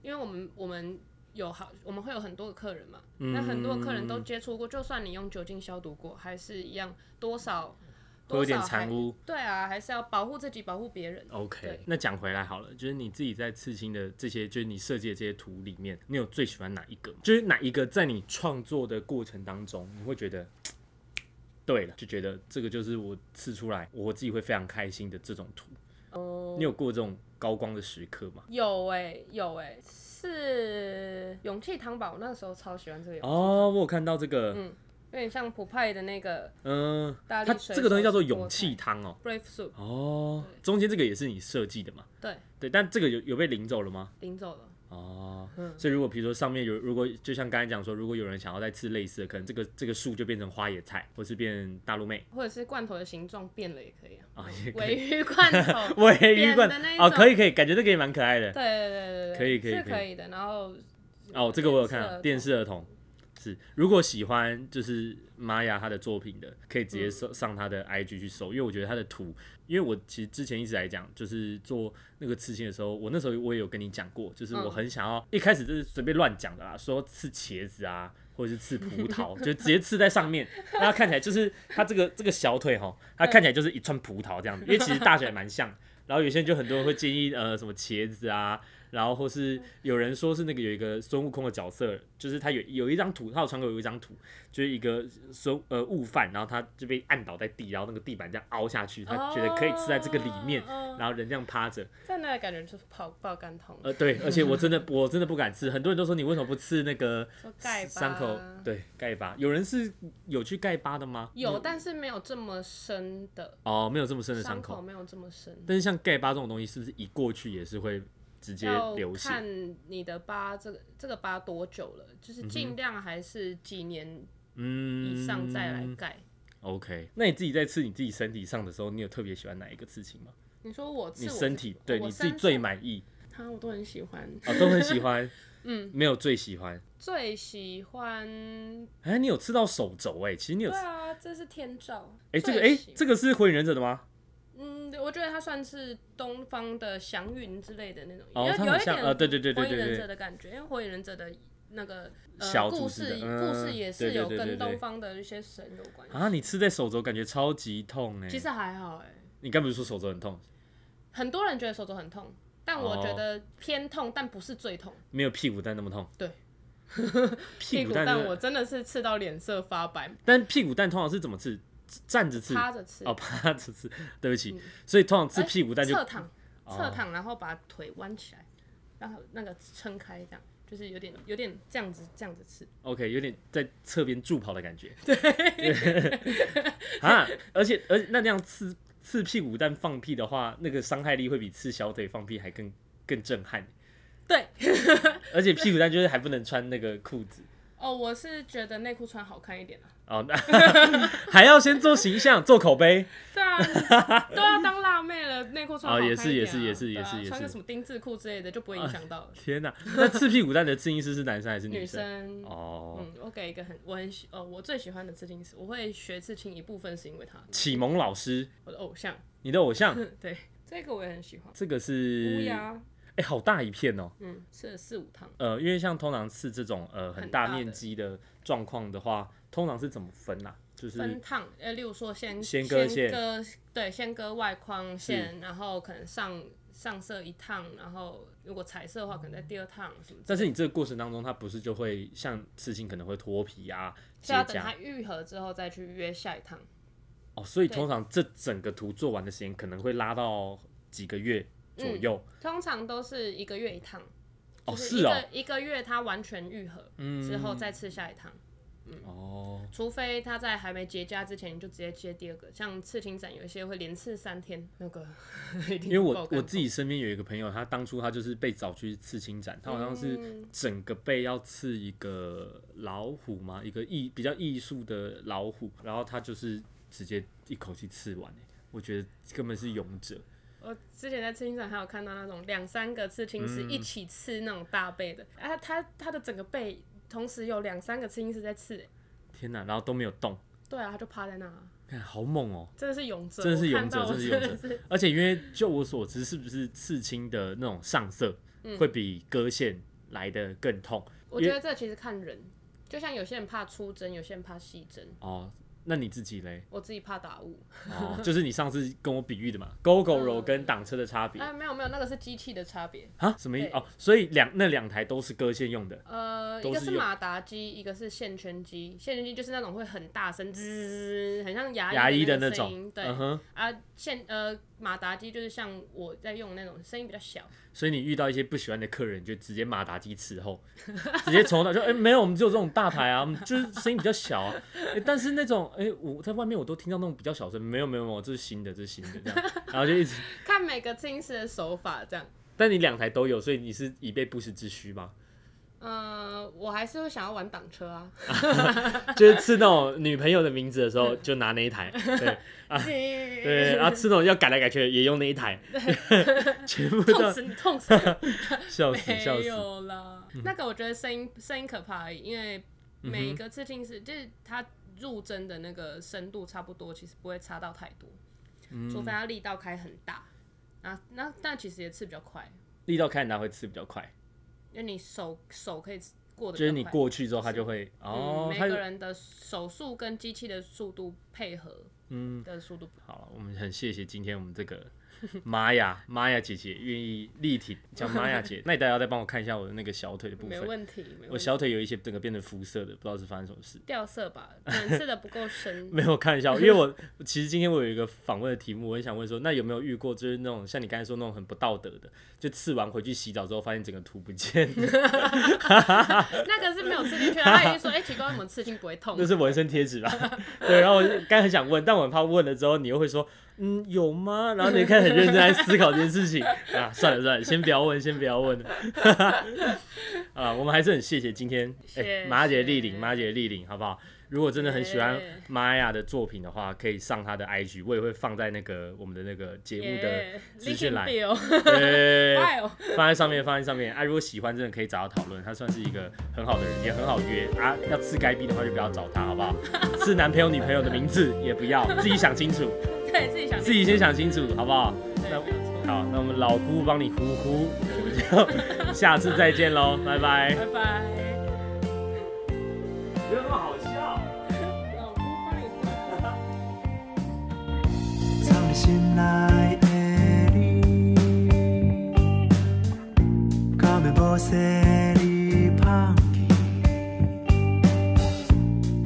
B: 因为我们我们有好，我们会有很多个客人嘛，
A: 嗯
B: 那很多客人都接触过，就算你用酒精消毒过，还是一样多少
A: 会有
B: 多
A: 点
B: 少还
A: 残污。
B: 对啊，还是要保护自己，保护别人。
A: OK，
B: 对
A: 那讲回来好了，就是你自己在刺青的这些，就是你设计的这些图里面，你有最喜欢哪一个吗？就是哪一个在你创作的过程当中，你会觉得，嗯对了，就觉得这个就是我刺出来，我自己会非常开心的这种图。
B: 哦、
A: 你有过这种高光的时刻吗？
B: 有哎、有哎、是勇气糖宝，我那时候超喜欢这个游戏，
A: 哦，我有看到这个，
B: 有点像普派的那个
A: 嗯，
B: 嗯大力
A: 它
B: 水
A: 这个东西
B: 手
A: 叫做
B: 是多
A: 勇气汤哦。
B: Brave Soup，
A: 哦，中间这个也是你设计的嘛？
B: 对，
A: 对，但这个有有被领走了吗？
B: 领走了。
A: 哦，所以如果比如说上面有，如果就像刚才讲说，如果有人想要再吃类似的，可能这个这个树就变成花野菜，或是变大陆妹
B: 或者是罐头的形状变了也可以
A: 啊，
B: 啊，
A: 也可
B: 尾
A: 以。
B: 鱼罐 头，
A: 尾鱼罐
B: 扁的那一
A: 哦，
B: 种
A: 可以可以，感觉这个也蛮可爱
B: 对
A: 的。
B: 对对对对，
A: 可以可以
B: 是
A: 可以
B: 可以的。然后
A: 哦，这个我有看
B: 电视儿
A: 啊，电视儿
B: 童
A: 童是。如果喜欢就是玛雅她的作品的，可以直接
B: 嗯
A: 上上她的 IG 去搜，因为我觉得她的图，因为我其实之前一直来讲，就是做那个刺青的时候，我那时候我也有跟你讲过，就是我
B: 嗯
A: 很想要，一开始就是随便乱讲的啦，说刺茄子啊。或者是刺葡 萄，就直接刺在上面，让它看起来就是它这个这个小腿哈，它看起来就是一串葡萄这样子，因为其实大小也蛮像。然后有些人就很多人会建议呃什么茄子啊，然后或是有人说是那个有一个孙悟空的角色，就是他有有一张图，他有传给我有一张图，就是一个孙呃悟饭，然后他就被按倒在地，然后那个地板这样凹下去，他觉得可以吃在这个里面，
B: 哦
A: 然后人这样趴着，
B: 在那感觉就是爆爆肝痛，
A: 呃对，而且我真的我真的不敢吃，很多人都说你为什么不吃那个
B: 说盖吧，
A: 伤口对盖疤，有人是有去盖疤的吗？
B: 有，但是没有这么深的
A: 哦，没有这么深的伤
B: 口，
A: 口，
B: 没有这么深，
A: 但是像盖疤这种东西，是不是一过去也是会直接
B: 要
A: 流血？
B: 看你的疤这个这个疤多久了，就是尽量还是几年
A: 嗯，
B: 以上再来盖。
A: OK，那你自己在刺你自己身体上的时候，你有特别喜欢哪一个刺青吗？
B: 你说我刺
A: 你
B: 我
A: 身体对
B: 我
A: 你自己
B: 身
A: 最
B: 上
A: 满意
B: 啊，我都很喜欢，
A: 啊、哦都很喜 欢。嗯，没有最喜欢。
B: 最喜欢
A: 哎、你有刺到手肘哎、其实你有
B: 对
A: 刺哎、
B: 啊，这是天照。
A: 这个
B: 最
A: 哎、
B: 喜
A: 这个是火影忍者的吗？
B: 嗯，我觉得它算是东方的祥云之类的那种，
A: 哦
B: 有
A: 它
B: 有
A: 很
B: 一
A: 像
B: 点
A: 呃对对对对
B: 火影
A: 对
B: 忍
A: 对
B: 者的感觉，因为火影忍者的那个呃
A: 小
B: 故
A: 组织
B: 事
A: 的
B: 故事
A: 嗯
B: 也
A: 对
B: 是
A: 对
B: 有
A: 对对
B: 跟
A: 对
B: 东方的一些神有关系。
A: 啊，你刺在手肘感觉超级痛哎、
B: 其实还好哎，
A: 你刚不是说手肘很痛，
B: 很多人觉得手肘很痛，但我觉
A: 哦
B: 得偏痛，但不是最痛。
A: 没有屁股蛋那么痛。
B: 对，
A: 屁
B: 股
A: 蛋真的
B: 我真的是刺到脸色发白，
A: 但屁股蛋通常是怎么刺？站着刺
B: 趴着刺，
A: 哦，趴着刺。对不起，所以通常刺
B: 哎
A: 屁股蛋就哦
B: 侧躺，侧躺，然后把腿弯起来，然后那个撑开，这样就是有点有点这样子这样子吃。
A: OK，有点在侧边助跑的感 觉。对 啊，而且而且那那样刺刺屁股蛋放屁的话，那个伤害力会比刺小腿放屁还更更震撼。
B: 对，
A: 而且屁股蛋就是还不能穿那个裤子
B: 哦，我是觉得内裤穿好看一点啊。
A: 哦， 那还要先做形象、做口碑。
B: 对啊， 都要当辣妹了，内裤穿好
A: 哦
B: 看
A: 也
B: 一
A: 是
B: 点、啊
A: 也是也是
B: 对啊
A: 也是也
B: 穿个
A: 是
B: 什么丁字裤之类的就不会影响到 了。
A: 天哪、那刺屁股蛋的刺青师是男生还是
B: 女
A: 生？
B: 生，
A: 哦，
B: 嗯，我给一个很我很喜哦，我最喜欢的刺青师，我会学刺青一部分是因为他，
A: 启蒙老师，
B: 我的偶像，
A: 你的偶像
B: 对，这个我也很喜欢。
A: 这个
B: 乌
A: 是
B: 鸦，
A: 哎、好大一片哦、
B: 嗯，吃了四五趟。
A: 呃，因为像通常是这种呃很
B: 很大
A: 大面
B: 的
A: 积的状况的话，通常是怎么分啊？就是
B: 分趟，呃，例如说先
A: 先割
B: 割
A: 线
B: 对，先割外框线，然后可能上上色一趟，然后如果彩色的话，可能在第二趟什么之类的。
A: 但是你这个过程当中，它不是就会像刺青可能会脱皮啊、结
B: 所以要等它
A: 痂
B: 愈合之后再去约下一趟。
A: 哦，所以
B: 对
A: 通常这整个图做完的时间可能会拉到几个月左右、
B: 通常都是一个月一趟，
A: 哦，
B: 嗯就是一
A: 是
B: 个、
A: 哦，嗯
B: 一个月它完全愈合、之后再刺下一趟，
A: 哦，
B: 除非它在还没结痂之前你就直接接第二个。像刺青展有一些会连刺三天，那个 一
A: 因
B: 定
A: 为
B: 不够
A: 我
B: 干
A: 我自己身边有一个朋友，他当初他就是被找去刺青展，他好像
B: 嗯
A: 是整个背要刺一个老虎嘛，一个艺比较艺术的老虎，然后他就是直接一口气刺完、欸，我觉得根本是勇者，
B: 我之前在刺青展还有看到那种两三个刺青师一起刺那种大背的，啊，他他的整个背同时有两三个刺青师在刺、欸
A: 天哪，然后都没有动，
B: 对啊，他就趴在那，
A: 看好猛哦、
B: 真的是勇者，
A: 真的是
B: 我
A: 勇
B: 看
A: 者，
B: 到
A: 真
B: 我
A: 的是
B: 真
A: 勇
B: 的
A: 者
B: 是。
A: 而且因为就我所知，是不是刺青的那种上色会比割线来的更痛？
B: 我
A: 因
B: 觉
A: 为
B: 得这其实看人，就像有些人怕粗针，有些人怕细针，
A: 哦，那你自己嘞？
B: 我自己怕打雾。
A: 哦，就是你上次跟我比喻的嘛，狗狗
B: 嗯
A: 肉跟挡车的差别
B: 哎，没有没有，那个是机器的差别。
A: 啊？什么意思？
B: 对
A: 哦，所以两那两台都是割线用的
B: 呃，
A: 都
B: 一个
A: 是
B: 是
A: 用
B: 马达机，一个是线圈机。线圈机就是那种会很大声，滋，很像牙
A: 牙医
B: 的
A: 那
B: 个声
A: 种
B: 音，，对。
A: 嗯哼。
B: 啊，线呃马达机就是像我在用的那种，声音比较小。
A: 所以你遇到一些不喜欢的客人，你就直接马达鸡伺候， 直接从头到就哎、没有，我们只有这种大牌啊，我们就是声音比较小、啊哎但是那种哎、我在外面我都听到那种比较小声，没有没有没有，这是新的，这是新的这 样，然后就一直。
B: 看每个测音师的手法这样。
A: 但你两台都有，所以你是以备不时之需嘛？
B: 呃，我还是会想要玩挡车啊，
A: 就是刺那种女朋友的名字的时 候，就拿那一台，对啊 对，
B: 对
A: 然后刺那种要改来改去的也用那一台， 全部
B: 痛
A: 都
B: 死你，痛死你！
A: 笑死嗯笑
B: 没
A: 死。
B: 有啦，那个我觉得声音声音可怕而已，因为
A: 嗯
B: 每一个刺青师、就是它入针的那个深度差不多，其实不会差到太多，
A: 嗯
B: 除非它力道开很大。啊，那但其实也刺比较快，
A: 力道开很大会刺比较快，
B: 因为你手手可以过得
A: 就是
B: 比
A: 你
B: 较快。
A: 过去之后它就会
B: 嗯，
A: 哦，
B: 每
A: 它就
B: 个人的手速跟机器的速度配合，嗯，的速度
A: 好了，我们很谢谢今天我们这个 玛雅玛雅姐姐愿意力挺，叫玛雅 姐。那你大家再帮我看一下我的那个小腿的部
B: 没
A: 分，
B: 问题，没
A: 我
B: 问题。
A: 小腿有一些整个变成肤色的，不知道是发生什么 事。
B: 掉色吧，可能刺的不 够深。
A: 没有看一下，因为我 其实今天我有一个访问的题目，我很想问说，那有没有遇过就是那种像你刚才说那种很不道德的，就刺完回去洗澡之后发现整个图不见，
B: 那个是没有刺进去的，他已经说，哎、奇怪，我们刺青不会痛
A: 那。是纹身贴纸吧？对，然后我就刚才很想问，但我很怕问了之后你又会说，嗯，有吗？然后你开始很认真在思考这件事情啊，算了算了，先不要问，先不要问了。 啊，我们还是很谢谢今天
B: 谢
A: 哎
B: 谢
A: 马姐莅临，马姐莅临，好不好？如果真的很喜欢
B: 耶
A: 玛雅的作品的话，可以上她的 IG，我也会放在那个我们的那个节目的资讯栏
B: l i n k
A: 对，
B: 哎呦，
A: 放在上面，放在上面。啊，如果喜欢，真的可以找他讨论，他算是一个很好的人，也很好约啊。要吃该逼的话，就不要找他，好不好？是男朋友、女朋友的名字也不要，自己想清楚，
B: 对自己想
A: 自己先想清楚，好不好？那
B: 对，没有错，
A: 好，那我们老姑帮你呼呼， 我们就下次再见喽，拜拜。
B: 拜拜。
A: 有哎那么好笑？
B: 老公帮你关了
C: 藏在心内的你，敢要无说你放弃？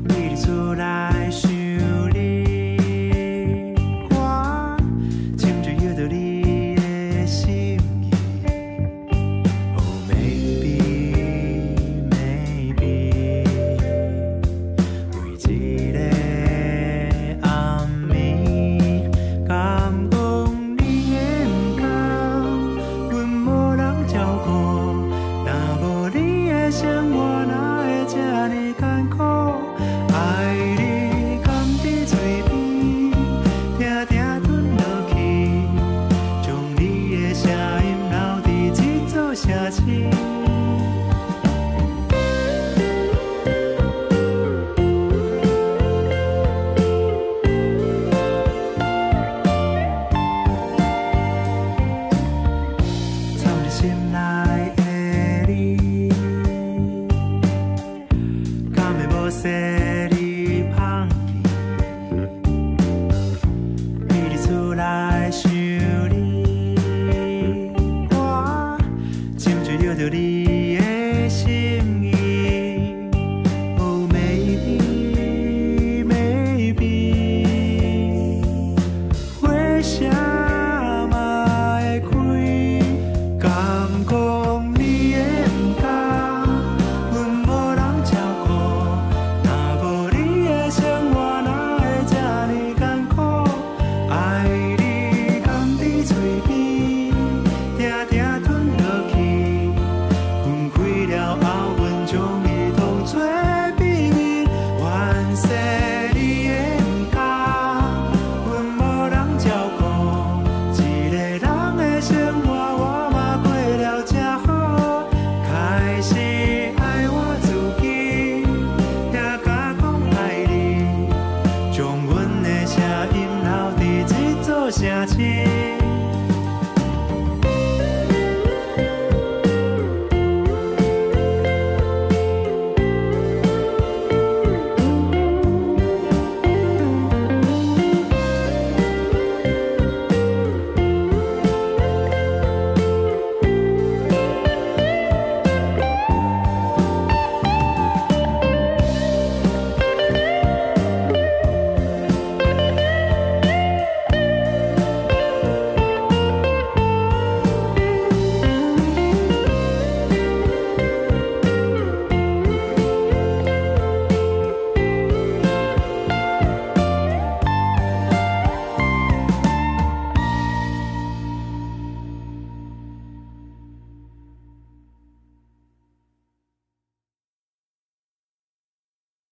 C: 你伫厝内想你，我深深约着你的心意。Oh maybe maybe。每一个暗暝，感恩你的不甘，阮无人照顾，哪り